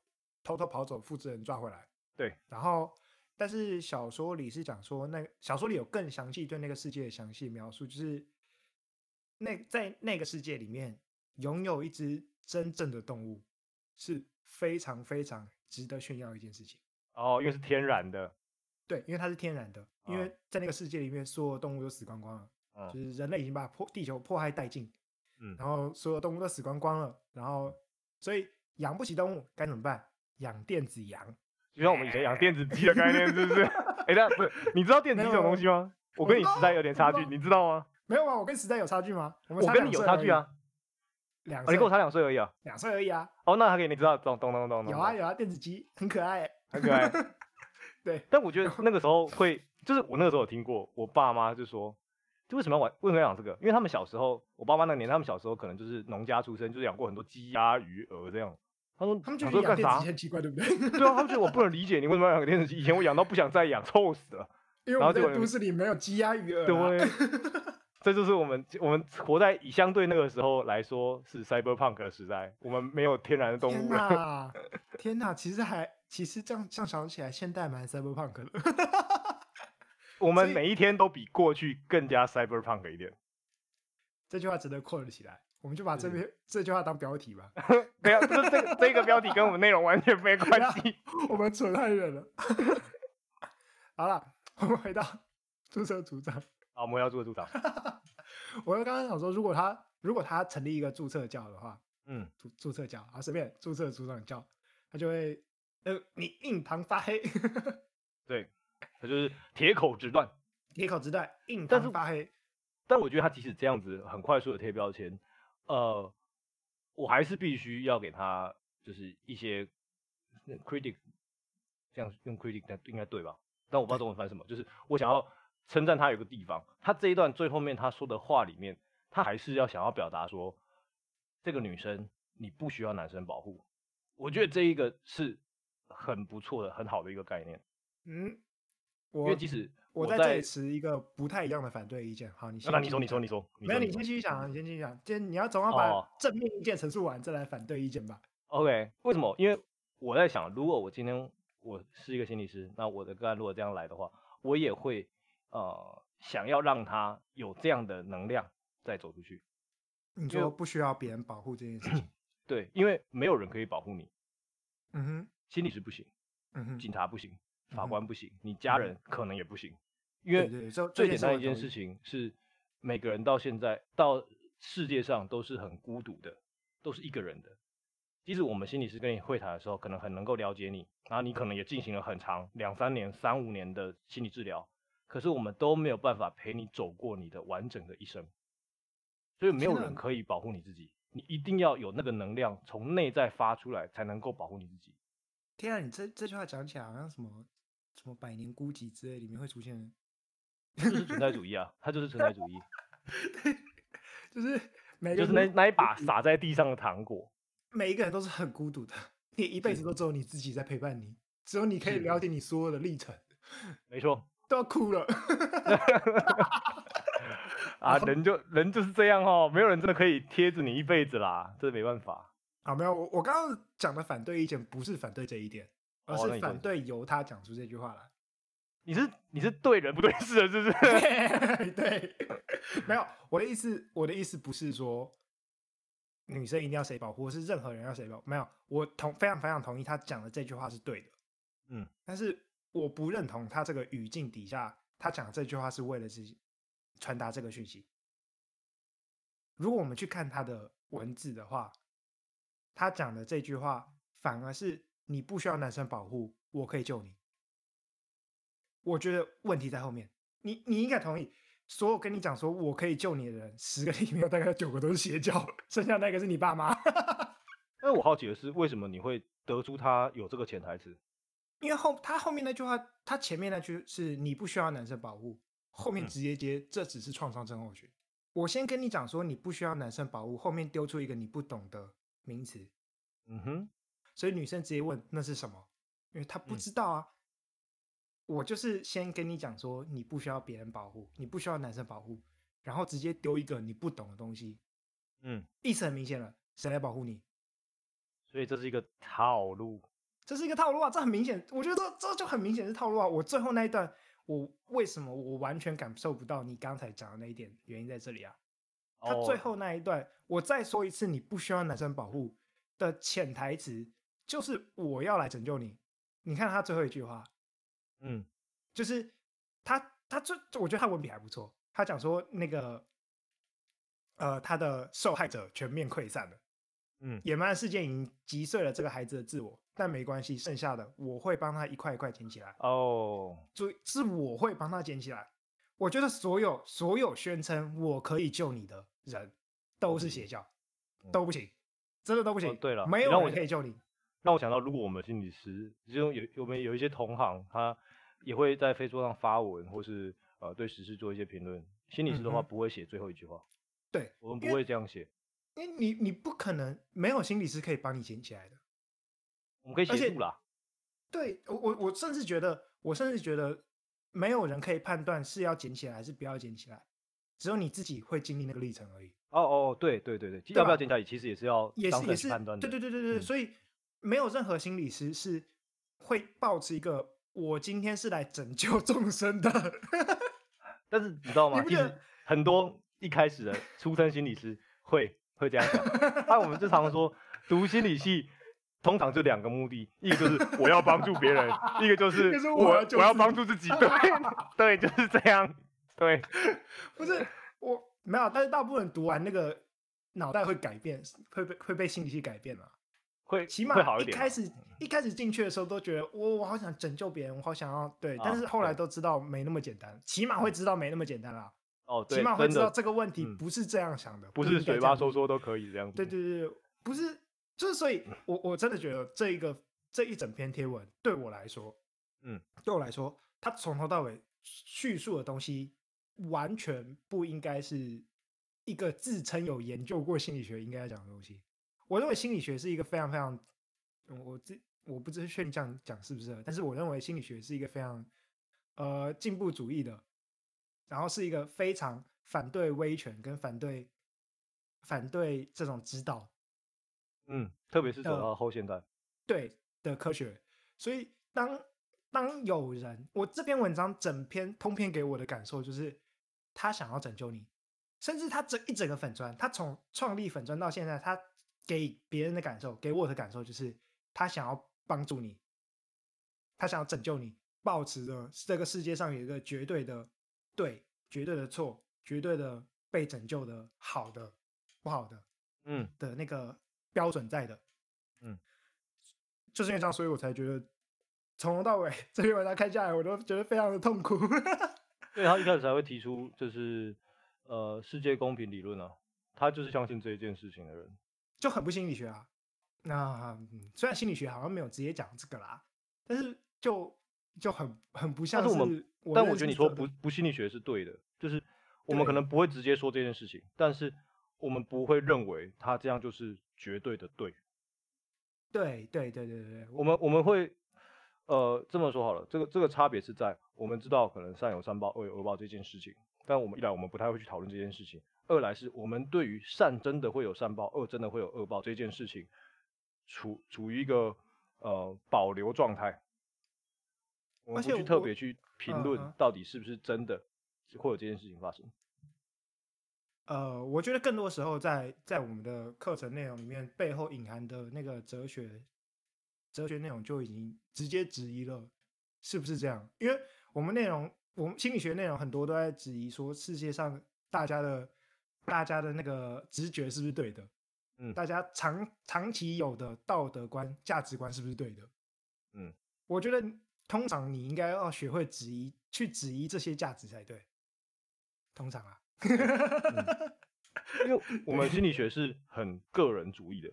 B: 偷偷跑走复制人抓回来。
A: 对，
B: 然后但是小说里是讲说，那小说里有更详细对那个世界的详细描述，就是那在那个世界里面，拥有一只真正的动物是非常非常值得炫耀的一件事情。
A: 哦，因为是天然的，
B: 对，因为它是天然的，因
A: 啊
B: 为在那个世界里面，所有动物都死光光了。
A: 嗯
B: 就是人类已经把破地球破坏殆尽，
A: 嗯
B: 然后所有动物都死光光了，然后所以养不起动物该怎么办？养电子羊，
A: 就像我们以前养电子鸡的概念， 是不是？哎，那不是，你知道电子鸡这种东西吗？我
B: 我
A: 跟你
B: 知道
A: 时代
B: 啊
A: 有点
B: 我
A: 差
B: 知
A: 距，
B: 道
A: 你知道吗？
B: 没有啊？我跟时代有差距吗？我们
A: 我
B: 差
A: 跟
B: 两
A: 你有
B: 岁
A: 差
B: 而
A: 距
B: 已，
A: 啊，
B: 两
A: 哦，
B: 岁
A: 你跟我差两岁而已啊。
B: 两岁而已啊，
A: 哦，那还可以，你知道，懂懂懂懂懂。
B: 有啊
A: 懂，
B: 有啊，电子鸡很可爱欸，
A: 很可 爱。
B: 对，
A: 但我觉得那个时候会，就是我那个时候有听过，我爸妈就说，就为什么要玩，为什么要养这个？因为他们小时候，我爸妈那个年代，他们小时候可能就是农家出身，就是养过很多鸡鸭鱼鹅这样。他说，
B: 他们觉
A: 养
B: 得
A: 这个干
B: 养电子
A: 啥
B: 鸡？很奇怪，对不 对？
A: 对啊，他们觉得我不能理解你为什么要养个电子鸡。以前我养到不想再养，臭死了。
B: 因为
A: 然后
B: 我们
A: 结
B: 在
A: 果
B: 都市里没有鸡鸭鱼鹅啊，
A: 对，这就是我们我们活在以相对那个时候来说是 cyberpunk 的时代，我们没有天然的动
B: 天
A: 物了。
B: 哪，天哪，其实还其实这样这样想起来，现代蛮 cyberpunk 的。
A: 我们
B: 所以
A: 每一天都比过去更加 cyberpunk 一点。
B: 这句话值得扣了起来，我们就把这
A: 是
B: 篇这句话当标题吧。
A: 没有，啊这这个这个标题跟我们内容完全没关 系。
B: 我们扯太远了。 好了，我们回到注册组长。
A: 好，我们要做组长。
B: 我刚刚想说，如果他如果他成立一个注册教的话，
A: 嗯，
B: 注注册教啊，随便注册组长教，他就会呃，你印堂发黑，
A: 对，他就是铁口直断。
B: 铁口直断，印
A: 但是
B: 堂发黑。
A: 但我觉得他即使这样子很快速的贴标签，呃，我还是必须要给他就是一些那 critic，这样用 critic 应该应该对吧？但我不知道中文翻什么，就是我想要称赞他有个地方，他这一段最后面他说的话里面，他还是要想要表达说，这个女生你不需要男生保护，我觉得这一个是很不错的、很好的一个概念，
B: 嗯，
A: 因
B: 我
A: 为即使
B: 我
A: 在啊
B: 在这里持一个不太一样的反对意见。好，你先
A: 那
B: 继
A: 你说
B: 续
A: 你说
B: 讲
A: 你说，
B: 没有，你
A: 说
B: 先
A: 说
B: 继续讲啊，你先继续讲。先你要总要把
A: 哦
B: 正面意见陈述完，再来反对意见吧。
A: OK，为什么？因为我在想，如果我今天我是一个心理师，那我的个案如果这样来的话，我也会呃想要让他有这样的能量再走出去。
B: 你
A: 因为
B: 说不需要别人保护这件事 情。
A: 对，因为没有人可以保护你，
B: 嗯哼，
A: 心理师不行，
B: 嗯哼，
A: 警察不行，
B: 嗯
A: 法
B: 哼
A: 官不行，你家
B: 嗯
A: 人可能也不行，因
B: 对
A: 为
B: 对，这
A: 最简单
B: 的
A: 的一件事，情是，每个人到现在到世界上都是很孤独的，都是一个人的。即使我们心理师跟你会谈的时候，可能很能够了解你，然后你可能也进行了很长两三年、三五年的心理治疗，可是我们都没有办法陪你走过你的完整的一生，所以没有
B: 天哪
A: 人可以保护你自己，你一定要有那个能量从内在发出来，才能够保护你自己。
B: 天啊，你这这句话讲起来好像什么什么百年孤寂之类里面会出现的，
A: 这就是存在主义啊，它就是存在 主义，
B: 就是每个
A: 就是那
B: 人都
A: 那一把撒在地上的糖果。
B: 每一个人都是很孤独的，你一辈子都只有你自己在陪伴你，只有你可以
A: 是
B: 了解你所有的历程，
A: 没错，
B: 都要哭了。
A: 啊，人就人就是这样哦，没有人真的可以贴着你一辈子啦，这没办法。
B: 啊，没有，我我刚刚讲的反对意见不是反对这一点，而
A: 哦那
B: 是
A: 你说
B: 反对由他讲出这句话来。
A: 你是你是对人不对事的，是不是？
B: 对， 没有，我的意思，我的意思不是说女生一定要谁保护，或是任何人要谁保护，没有，我同非常非常同意他讲的这句话是对的，
A: 嗯，
B: 但是我不认同他这个语境底下，他讲这句话是为了是传达这个讯息。如果我们去看他的文字的话，他讲的这句话反而是你不需要男生保护，我可以救你。我觉得问题在后面。你你应该同意，所有跟你讲说我可以救你的人，十个里面有大概九个都是邪教，剩下那个是你爸妈。
A: 但我好奇的是，为什么你会得出他有这个潜台词？
B: 因为后他后面那句话，他前面那句是你不需要男生保护，后
A: 嗯
B: 面直接接这只是创伤症候群。我先跟你讲说你不需要男生保护，后面丢出一个你不懂的名词，
A: 嗯哼，
B: 所以女生直接问那是什么，因为她不
A: 嗯
B: 知道啊。我就是先跟你讲说，你不需要别人保护，你不需要男生保护，然后直接丢一个你不懂的东西，
A: 嗯，
B: 意思很明显了，谁来保护你？
A: 所以这是一个套路。
B: 这是一个套路啊，这很明显，我觉得这这就很明显是套路啊。我最后那一段，我为什么我完全感受不到你刚才讲的那一点，原因在这里啊。他
A: 哦
B: 最后那一段，我再说一次，你不需要男生保护的潜台词就是我要来拯救你。你看他最后一句话，
A: 嗯，
B: 就是他他最，我觉得他文笔还不错。他讲说那个，呃，他的受害者全面溃散了。
A: 嗯
B: 野蛮的事件已经击碎了这个孩子的自我，但没关系，剩下的我会帮他一块一块捡起来。
A: 哦，
B: 注意，是我会帮他捡起来。我觉得所有所有宣称我可以救你的人都是邪教，
A: 嗯哦
B: 都不行，真的都不行。
A: 对了
B: 没
A: 你
B: 有
A: 让
B: 人
A: 我
B: 可以救你。
A: 让我想到，如果我们心理师，就有我们有一些同行，他也会在 Facebook 上发文，或是呃对时事做一些评论。心理师的话
B: 嗯哼
A: 不会写最后一句话，
B: 对，
A: 我们
B: 因
A: 不
B: 为
A: 会这样写，
B: 因为你你不可能没有心理师可以帮你捡起来的。
A: 我们可以
B: 而且
A: 协助啦。
B: 对我我我甚至觉得，我甚至觉得没有人可以判断是要捡起来还是不要捡起来，只有你自己会经历那个历程而已。
A: 哦哦，对对对对，要不
B: 吧
A: 要剪脚椅其实也是要
B: 也
A: 当
B: 是
A: 事
B: 也
A: 人
B: 是
A: 去判断，的。
B: 对对对对对，
A: 嗯
B: 所以没有任何心理师是会抱持一个我今天是来拯救 众生的，
A: 但是你知道吗？
B: 不
A: 其
B: 觉
A: 实
B: 得
A: 很多一开始的出身心理师会会这样 想。那我们就常说，读心理系通常就两个目的，一个就是我要帮助别人，一个就是
B: 就是我
A: 我
B: 要救
A: 我要
B: 自
A: 帮
B: 己
A: 助自己。对 对，就是这样。对，
B: 不是我没有，但是大部分人读完那个脑袋会改变，会被会被心理系改变了、
A: 会
B: 起
A: 会
B: 码
A: 好
B: 一
A: 一点嗯
B: 开
A: 吧
B: 始一开始进去的时候都觉得我我好想拯救别人，我好想要对，但
A: 啊
B: 是后来
A: 对
B: 都知道没那么简单，起码会知道没那么简单啦，
A: 哦，对，
B: 起码会
A: 真
B: 知道
A: 的
B: 这个问题
A: 嗯
B: 不是这样想的，
A: 不
B: 应
A: 是
B: 该
A: 嘴
B: 这
A: 巴
B: 样
A: 说
B: 子
A: 说都可以这样子。嗯
B: 对对对，对不是，就是所以我，我真的觉得这一个这一整篇贴文对我来说，
A: 嗯，
B: 对我来说，它从头到尾叙述的东西完全不应该是一个自称有研究过心理学应该要讲的东西。我认为心理学是一个非常非常，嗯我这我不知确定这样讲是不是，但是我认为心理学是一个非常呃进步主义的，然后是一个非常反对威权跟反对反对这种指导
A: 嗯，特别是走
B: 呃
A: 到后现代，
B: 对的科学。所以当当有人，我这篇文章整篇通篇给我的感受就是，他想要拯救你，甚至他整一整个粉砖，他从创立粉砖到现在，他给别人的感受，给我的感受就是，他想要帮助你，他想要拯救你，保持着这个世界上有一个绝对的对、绝对的错、绝对的被拯救的好的、不好的，
A: 嗯，
B: 的那个标准在的。
A: 嗯，
B: 就是因为这样，所以我才觉得从头到尾这篇文章看下来，我都觉得非常的痛苦。
A: 所以他一开始才会提出就是呃世界公平理论啊，他就是相信这一件事情的人。
B: 就很不心理学啊。那、嗯虽然心理学好像没有直接讲这个啦，但是就就很很不像
A: 但是我们但我
B: 认
A: 觉得
B: 识
A: 你说
B: 的
A: 不不心理学是对的，就是我们可
B: 对
A: 能不会直接说这件事情，但是我们不会认为他这样就是绝对的对。
B: 对对对对对对，
A: 我们我们会呃这么说好了，这个这个差别是在我们知道可能善有善报，恶有恶报这件事情，但我们一来我们不太会去讨论这件事情，二来是我们对于善真的会有善报，恶真的会有恶报这件事情，处处于一个呃保留状态，我们
B: 而
A: 不
B: 且
A: 去特
B: 我
A: 别去评
B: 嗯
A: 论
B: 嗯
A: 到底是不是真的会有这件事情发生。
B: 呃，我觉得更多时候在在我们的课程内容里面背后隐含的那个哲学哲学内容就已经直接质疑了是不是这样，因为我们内容我们心理学内容很多都在质疑说世界上大家的大家的那个直觉是不是对的，
A: 嗯
B: 大家长长期有的道德观价值观是不是对的，
A: 嗯，
B: 我觉得通常你应该要学会质疑去质疑这些价值才对，通常啊。
A: 因为我们心理学是很个人主义的，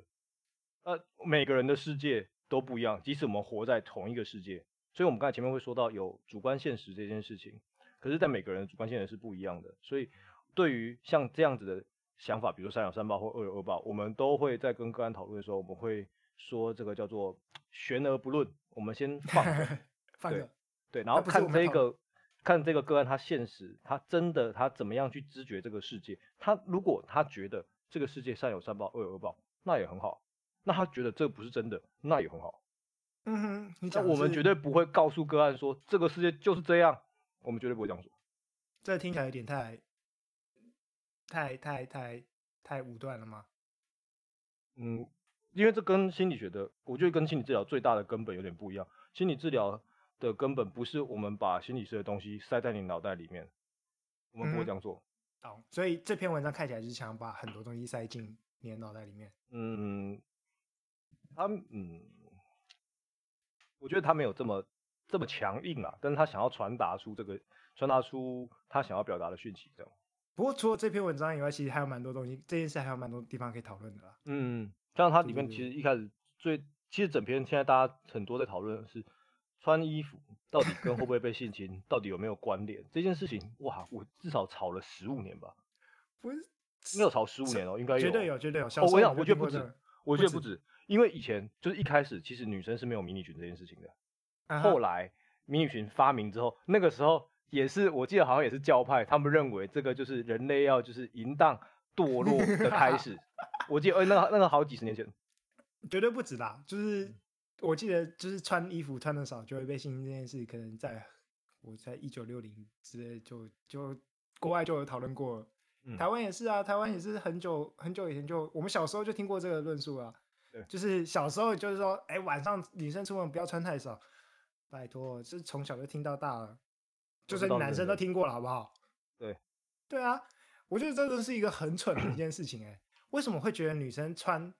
A: 呃，每个人的世界都不一样，即使我们活在同一个世界，所以我们刚才前面会说到有主观现实这件事情，可是，在每个人的主观现实是不一样的，所以对于像这样子的想法，比如说善有善报或恶有恶报，我们都会在跟个案讨论的时候，我们会说这个叫做悬而不论，我们先放着
B: 放
A: 对
B: 着，
A: 对，然后
B: 不是
A: 看
B: 我们
A: 这
B: 讨论
A: 个看这个个案，他现实，他真的他怎么样去知觉这个世界？他如果他觉得这个世界善有善报，恶有恶报，那也很好。那他觉得这不是真的，那也很好。
B: 嗯哼，你
A: 那
B: 讲
A: 我们
B: 是
A: 绝对不会告诉个案说这个世界就是这样，我们绝对不会这样说。
B: 这听起来有点太太太太太武断了吗？
A: 嗯，因为这跟心理学的，我觉得跟心理治疗最大的根本有点不一样。心理治疗的根本不是我们把心理学的东西塞在你脑袋里面，我们不会
B: 嗯
A: 这样做。
B: 哦，所以这篇文章看起来就是想把很多东西塞进你的脑袋里面。
A: 嗯，他嗯，我觉得他没有这么这么强硬啊，但是他想要传达出这个，传达出他想要表达的讯息，这样。
B: 不过除了这篇文章以外，其实还有蛮多东西，这件事还有蛮多地方可以讨论的啦。
A: 嗯，像它
B: 对
A: 里
B: 对
A: 面其
B: 对
A: 实一开始最，其实整篇现在大家很多在讨论的是穿衣服到底跟会不会被性侵，到底有没有关联这件事情。哇，我至少吵了十五年吧，
B: 不是，
A: 没有吵十五年哦，应该
B: 绝
A: 有
B: 对
A: 哦
B: 有，绝对有。小
A: 哦
B: 时
A: 我
B: 候
A: 想
B: 你
A: 我
B: 就
A: 觉
B: 听
A: 得
B: 过
A: 不
B: 这
A: 止
B: 个，
A: 我
B: 不
A: 觉得不
B: 止
A: 止，因为以前就是一开始，其实女生是没有迷你裙这件事情的。
B: 啊哈
A: 后来迷你裙发明之后，那个时候也是我记得好像也是教派，他们认为这个就是人类要就是淫荡堕落的开 始。我记得，哎、那个那个好几十年前，
B: 绝对不止啦，
A: 嗯
B: 就是我记得，就是穿衣服穿的少就会被性侵这件事，可能在我在一九六零之类就就国外就有讨论过了，
A: 嗯
B: 台湾也是啊，台湾也是很久很久以前就我们小时候就听过这个论述啊
A: 对，
B: 就是小时候就是说，哎、晚上女生出门不要穿太少，拜托，这从小就听到大了，就
A: 都
B: 算
A: 知道
B: 男
A: 是
B: 生
A: 的
B: 都听过了，好不好？
A: 对，
B: 对啊，我觉得这真是一个很蠢的一件事情、哎，为什么会觉得女生穿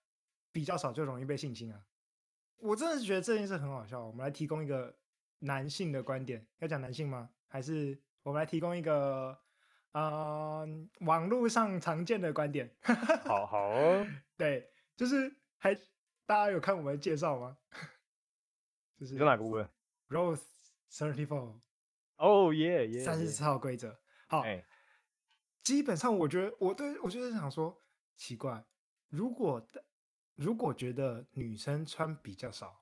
B: 比较少就容易被性侵啊。我真的是觉得这件事很好笑。我们来提供一个男性的观点，要讲男性吗？还是我们来提供一个呃网络上常见的观点？
C: 好好哦，
B: 对，就是还大家有看我们的介绍吗？ 就是
A: 你说哪个部分？
B: Rose Thirty Four
A: 哦耶耶，
B: 三十四号规则。好，
A: 哎，
B: 基本上我觉得我对我就是想说，奇怪，如果如果觉得女生穿比较少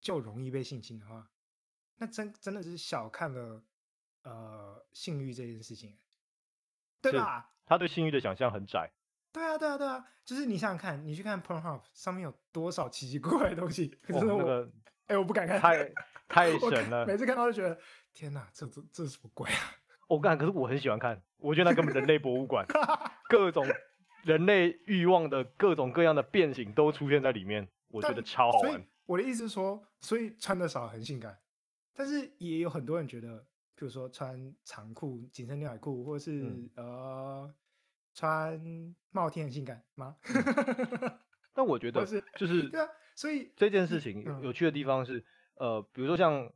B: 就容易被性侵的话，那真真的是小看了呃性欲这件事情，对
A: 是
B: 吧？
A: 他对性欲的想象很窄，
B: 对啊，对啊，对啊，就是你想想看，你去看 Pornhub 上面有多少奇奇怪怪的东西， 可
A: 哇，
B: 是我，
A: 那
B: 哎、
A: 个
B: 我不敢看，
A: 太太
B: 我
A: 神
B: 看
A: 了。
B: 每次看到就觉得，天哪，这这这是什么鬼啊？
A: 我干、可是我很喜欢看，我觉得那根本人类博物 馆，各种人类欲望的各种各样的变形都出现在里面，我觉
B: 但
A: 得超好
B: 所
A: 玩
B: 以。我的意思是说，所以穿的少很性感，但是也有很多人觉得，比如说穿长裤、紧身牛仔裤，或是、
A: 嗯
B: 呃穿帽 T 很性感吗？
A: 但我觉
B: 或
A: 得
B: 是
A: 就是
B: 对啊，所以
A: 这件事情
B: 嗯
A: 有趣的地方是，呃，比如说像，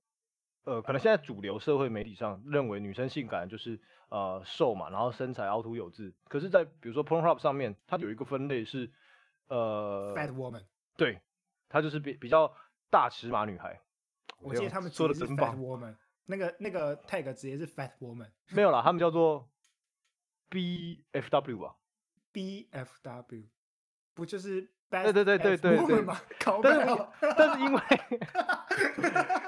A: 呃，可能现在主流社会媒体上认为女生性感就是呃瘦嘛，然后身材凹凸有致。可是，在比如说 Pornhub 上面，它有一个分类是，呃，
B: Fat Woman，
A: 对，它就是比比较大尺码女孩。
B: 我
A: 哎呦
B: 记得他们
A: 说的
B: 直接是
A: 真
B: Fat
A: 棒，
B: Woman，那个那个 tag 直接是 Fat Woman。
A: 没有啦，他们叫做 BFW 吧。
B: BFW，不就是 Best
A: 对对对
B: F
A: 对
B: Woman
A: 对
B: 吗？搞不
A: 但是
B: 好，
A: 但是因为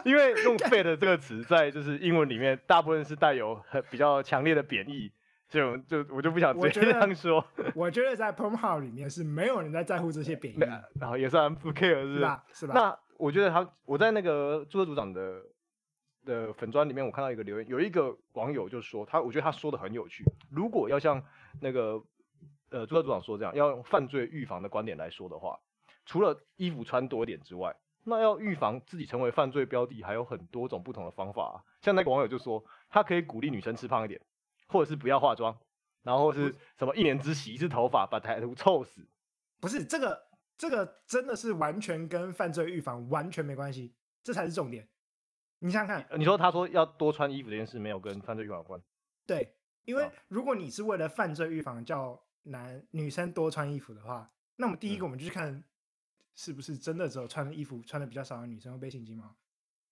A: 因为用 “fat” 这个词在就是英文里面，大部分是带有很比较强烈的贬义，所以我就我就不想
B: 我
A: 直
B: 觉
A: 接
B: 得
A: 啊这样说，
B: 我觉得在 Pornhub 里面是没有人在在乎这些贬义
A: 没
B: 的，
A: 然后也算 不 care
B: 是
A: 是吧？
B: 吧？是吧？
A: 那我觉得他我在那个注册组长的的粉砖里面，我看到一个留言，有一个网友就说他，我觉得他说的很有趣。如果要像那个呃注册组长说这样，要用犯罪预防的观点来说的话，除了衣服穿多一点之外，那要预防自己成为犯罪标的，还有很多种不同的方法啊、像那个网友就说，他可以鼓励女生吃胖一点，或者是不要化妆，然后是什么一年只洗一次头发，把歹徒臭死。
B: 不是这个，这个真的是完全跟犯罪预防完全没关系，这才是重点。你想想看，
A: 呃你说他说要多穿衣服这件事没有跟犯罪预防有关？
B: 对，因为
A: 好
B: 如果你是为了犯罪预防叫男女生多穿衣服的话，那么第一个
A: 嗯
B: 我们就去看是不是真的只有穿衣服穿的比较少的女生会被性侵吗？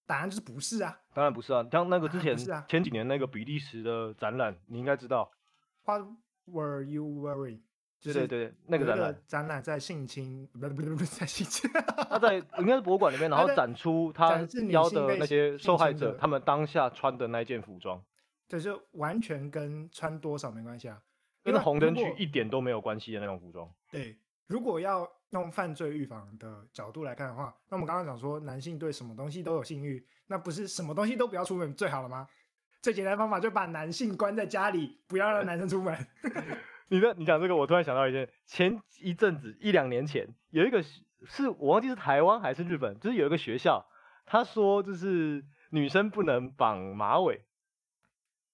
B: 答案就是不是啊，
A: 当然不是啊，像那个
B: 啊
A: 之
B: 不
A: 前、
B: 是啊
A: 前几年那个比利时的展览，你应该知道。
B: What were you worried？就
A: 对
B: 是
A: 对对，那个
B: 有一
A: 展览，
B: 展览在性侵，不是不是不是在性侵，
A: 他在应该是博物馆里面，然后
B: 它在
A: 展出他
B: 展示女
A: 邀
B: 性
A: 的
B: 被
A: 那些
B: 性
A: 受害
B: 侵
A: 者
B: 的
A: 他们当下穿的那件服装，
B: 对，就完全跟穿多少没关系啊。因
A: 跟
B: 为
A: 红
B: 如
A: 灯区
B: 果
A: 一点都没有关系的那种服装。
B: 对，如果要用犯罪预防的角度来看的话，那我们刚刚讲说男性对什么东西都有性欲，那不是什么东西都不要出门最好了吗？最简单的方法就把男性关在家里，不要让男生出门。
A: 你的你讲这个，我突然想到一件，前一阵子一两年前，有一个学是我忘记是台湾还是日本，就是有一个学校，他说就是女生不能绑马尾，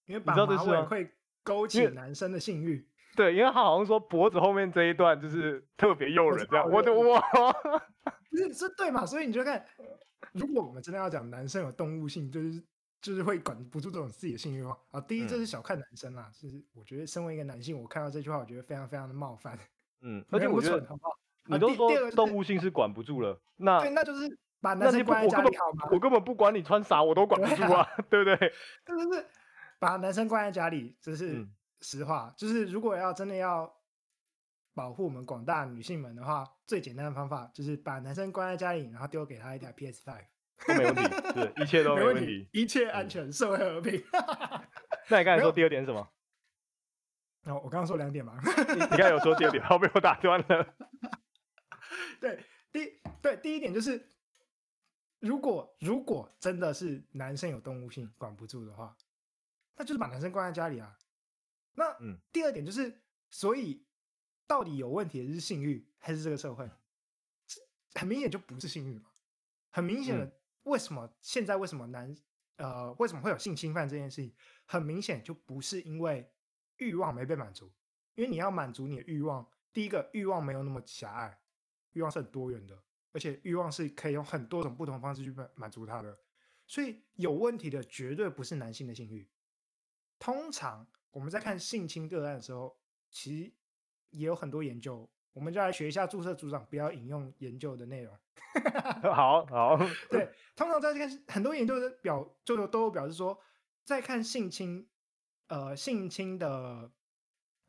B: 因为绑
A: 知道这
B: 马
A: 是
B: 尾
A: 吗
B: 会勾
A: 因
B: 起
A: 为
B: 男生的性欲。
A: 对，因为他好像说脖子后面这一段就是特别诱
B: 我
A: 人
B: 知
A: 这样，
B: 道
A: 我
B: 我
A: 就 哇，
B: 不是，是对嘛？所以你就看，如果我们真的要讲男生有动物性，就是就是会管不住这种自己的性欲望啊。第一，这
A: 嗯
B: 是小看男生啦，就是我觉得身为一个男性，我看到这句话，我觉得非常非常的冒犯，
A: 嗯，而
B: 没
A: 且
B: 有那
A: 我
B: 么
A: 觉
B: 蠢
A: 得
B: 好不好？啊
A: 你都
B: 第第二个
A: 说
B: 就是
A: 动物性是管不住了，那
B: 对，那就是把
A: 啊那
B: 男
A: 你
B: 生
A: 不
B: 关在
A: 我
B: 家
A: 根
B: 里
A: 本
B: 好吗？
A: 我根本不管你穿啥，我都管不住啊，对不对？
B: 这就是把男生关在家里，这是
A: 嗯
B: 实话。就是如果要真的要保护我们广大女性们的话，最简单的方法就是把男生关在家里，然后丢给他一台 PS Five，
A: 都 没问题，是一切都嗯
B: 没
A: 没问
B: 题
A: 题。，嗯
B: 一切安全，社会和平。
A: 那你刚才
B: 没
A: 说
B: 有
A: 第二点是什么？
B: 然后哦我刚刚说两点嘛，
A: 你你刚才有说第二点，然后 被我打断了。
B: 对，第对第一点就是，如果如果真的是男生有动物性管不住的话，那就是把男生关在家里啊。那
A: 嗯
B: 第二点就是，所以到底有问题的是性欲还是这个社会？这很明显就不是性欲嘛，很明显的，为什么现在为什么男呃为什么会有性侵犯这件事情？很明显就不是因为欲望没被满足，因为你要满足你的欲望，第一个欲望没有那么狭隘，欲望是很多元的，而且欲望是可以用很多种不同的方式去满满足它的。所以有问题的绝对不是男性的性欲。通常我们在看性侵个案的时候，其实也有很多研究，我们就来学一下注册组长不要引用研究的内容。
A: 好好，
B: 对，通常在看很多研究的表，就都有表示说，在看性侵，呃，性侵的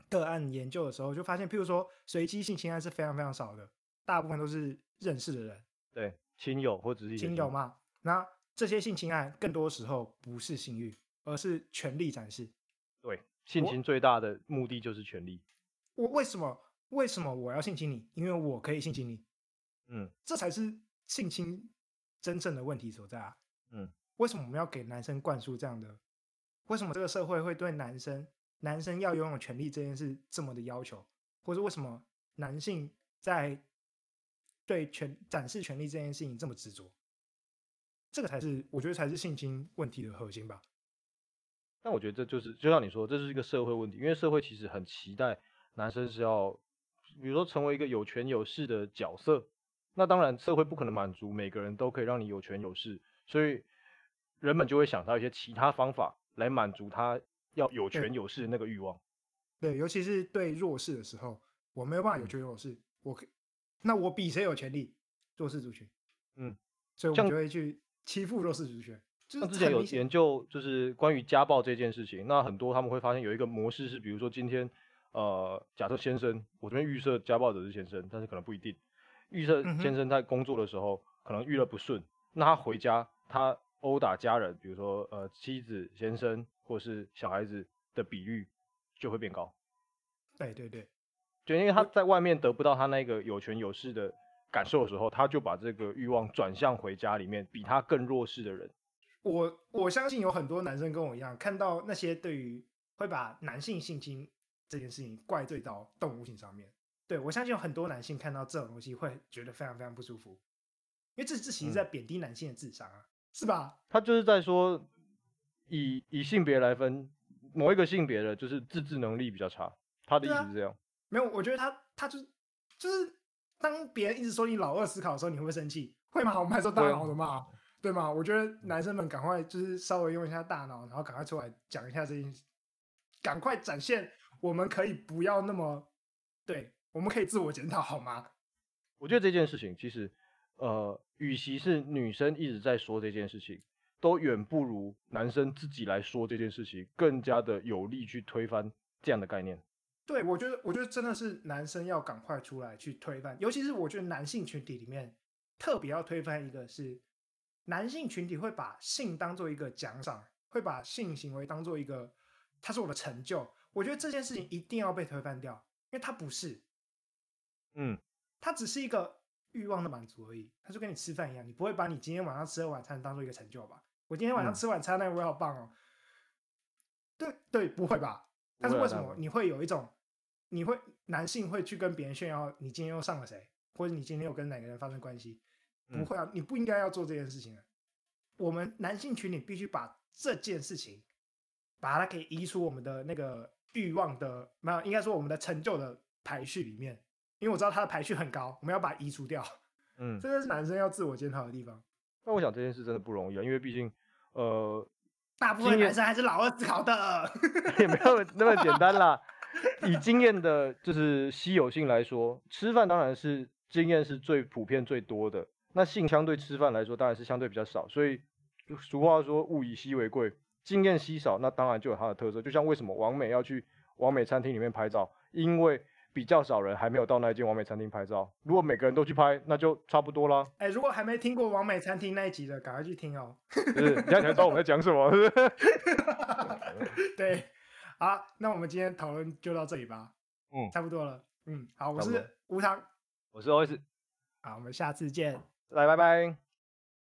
B: 个案研究的时候，就发现，譬如说随机性侵案是非常非常少的，大部分都是认识的人、
A: 对，亲友或只是
B: 亲友？嘛。那这些性侵案更多时候不是性欲，而是权力展示。
A: 对，性
B: 我
A: 侵最大的目的就是权力。
B: 我为什么为什么我要性侵你？因为我可以性侵你，
A: 嗯，
B: 这才是性侵真正的问题所在啊。
A: 嗯，
B: 为什么我们要给男生灌输这样的？为什么这个社会会对男生男生要拥有权利这件事这么的要求？或者为什么男性在对权展示权利这件事情这么执着？这个才是我觉得才是性侵问题的核心吧。
A: 但我觉得这就是，就像你说，这是一个社会问题，因为社会其实很期待男生是要，比如说成为一个有权有势的角色。那当然，社会不可能满足每个人都可以让你有权有势，所以人们就会想到一些其他方法来满足他要有权有势的那个欲望。
B: 对，尤其是对弱势的时候，我没有
A: 嗯
B: 办法有权有势，我可那我比谁有权利？弱势族群，
A: 嗯，
B: 所以我
A: 像
B: 们就会去欺负弱势族群，就
A: 那
B: 是
A: 之前
B: 嗯很
A: 有
B: 明显
A: 研究，就是关于家暴这件事情，那很多他们会发现有一个模式是，比如说今天，呃，假设先生，我这边预设家暴者是先生，但是可能不一定，预设
B: 嗯哼
A: 先生在工作的时候、可能遇了不顺，那他回家他殴打家人，比如说呃妻子、先生或是小孩子的比率就会变高，
B: 对对对，
A: 就因为他在外面得不到他那个有权有势的感受的时候，他就把这个欲望转向回家里面比他更弱势的人。
B: 我我相信有很多男生跟我一样，看到那些对于会把男性性侵这件事情怪罪到动物性上面。对我相信有很多男性看到这种东西会觉得非常非常不舒服，因为这这其实
A: 嗯
B: 在贬低男性的智商啊，是吧？
A: 他就是在说以以性别来分，某一个性别的就是自制能力比较差，他的意
B: 对
A: 思
B: 啊
A: 是这样。
B: 没有，我觉得他他就是就是当别人一直说你老二思考的时候，你会不会生气？会吗？我们还说大
A: 会
B: 脑的嘛，对吗？我觉得男生们赶快就是稍微用一下大脑，然后赶快出来讲一下这件事，赶快展现我们可以不要那么对，我们可以自我检讨好吗？
A: 我觉得这件事情其实，呃，与其是女生一直在说这件事情，都远不如男生自己来说这件事情更加的有力去推翻这样的概念。
B: 对，我觉得，我觉得真的是男生要赶快出来去推翻，尤其是我觉得男性群体里面特别要推翻一个是男性群体会把性当做一个奖赏，会把性行为当做一个它是我的成就，我觉得这件事情一定要被推翻掉，因为它不是，
A: 嗯，
B: 它只是一个欲望的满足而已，它就跟你吃饭一样，你不会把你今天晚上吃的晚餐当做一个成就吧？我今天晚上
A: 嗯
B: 吃晚餐那我好棒哦，对对，不会吧？但是
A: 不会啊
B: 为什
A: 当然
B: 么
A: 不会
B: 你会有一种，你会男性会去跟别人炫耀你今天又上了谁，或者你今天又跟哪个人发生关系？不
A: 嗯
B: 会啊，你不应该要做这件事情的。啊我们男性群体必须把这件事情，把它给移出我们的那个欲望的，没有，应该说我们的成就的排序里面，因为我知道它的排序很高，我们要把它移除 掉。
A: 嗯，
B: 这个是男生要自我检讨的地方。
A: 那我想这件事真的不容易啊，因为毕竟，呃，
B: 大部分
A: 经验
B: 男生还是老二思考的。
A: 也没有那么简单啦。以经验的就是稀有性来说，吃饭当然是经验是最普遍最多的。那性相对吃饭来说，当然是相对比较少。所以就俗话说“物以稀为贵”，经验稀少，那当然就有它的特色。就像为什么王美要去王美餐厅里面拍照，因为比较少人还没有到那一间王美餐厅拍照。如果每个人都去拍，那就差不多啦。
B: 哎，如果还没听过王美餐厅那一集的，赶快去听哦。
A: 就是人家才知道我们在讲什么。 是不是
B: 对，好，那我们今天讨论就到这里吧。
A: 嗯
B: 差不多了。嗯，好，我
A: 差不多
B: 是吴糖，
A: 我是 OS，
B: 好，我们下次见。
A: 来拜拜。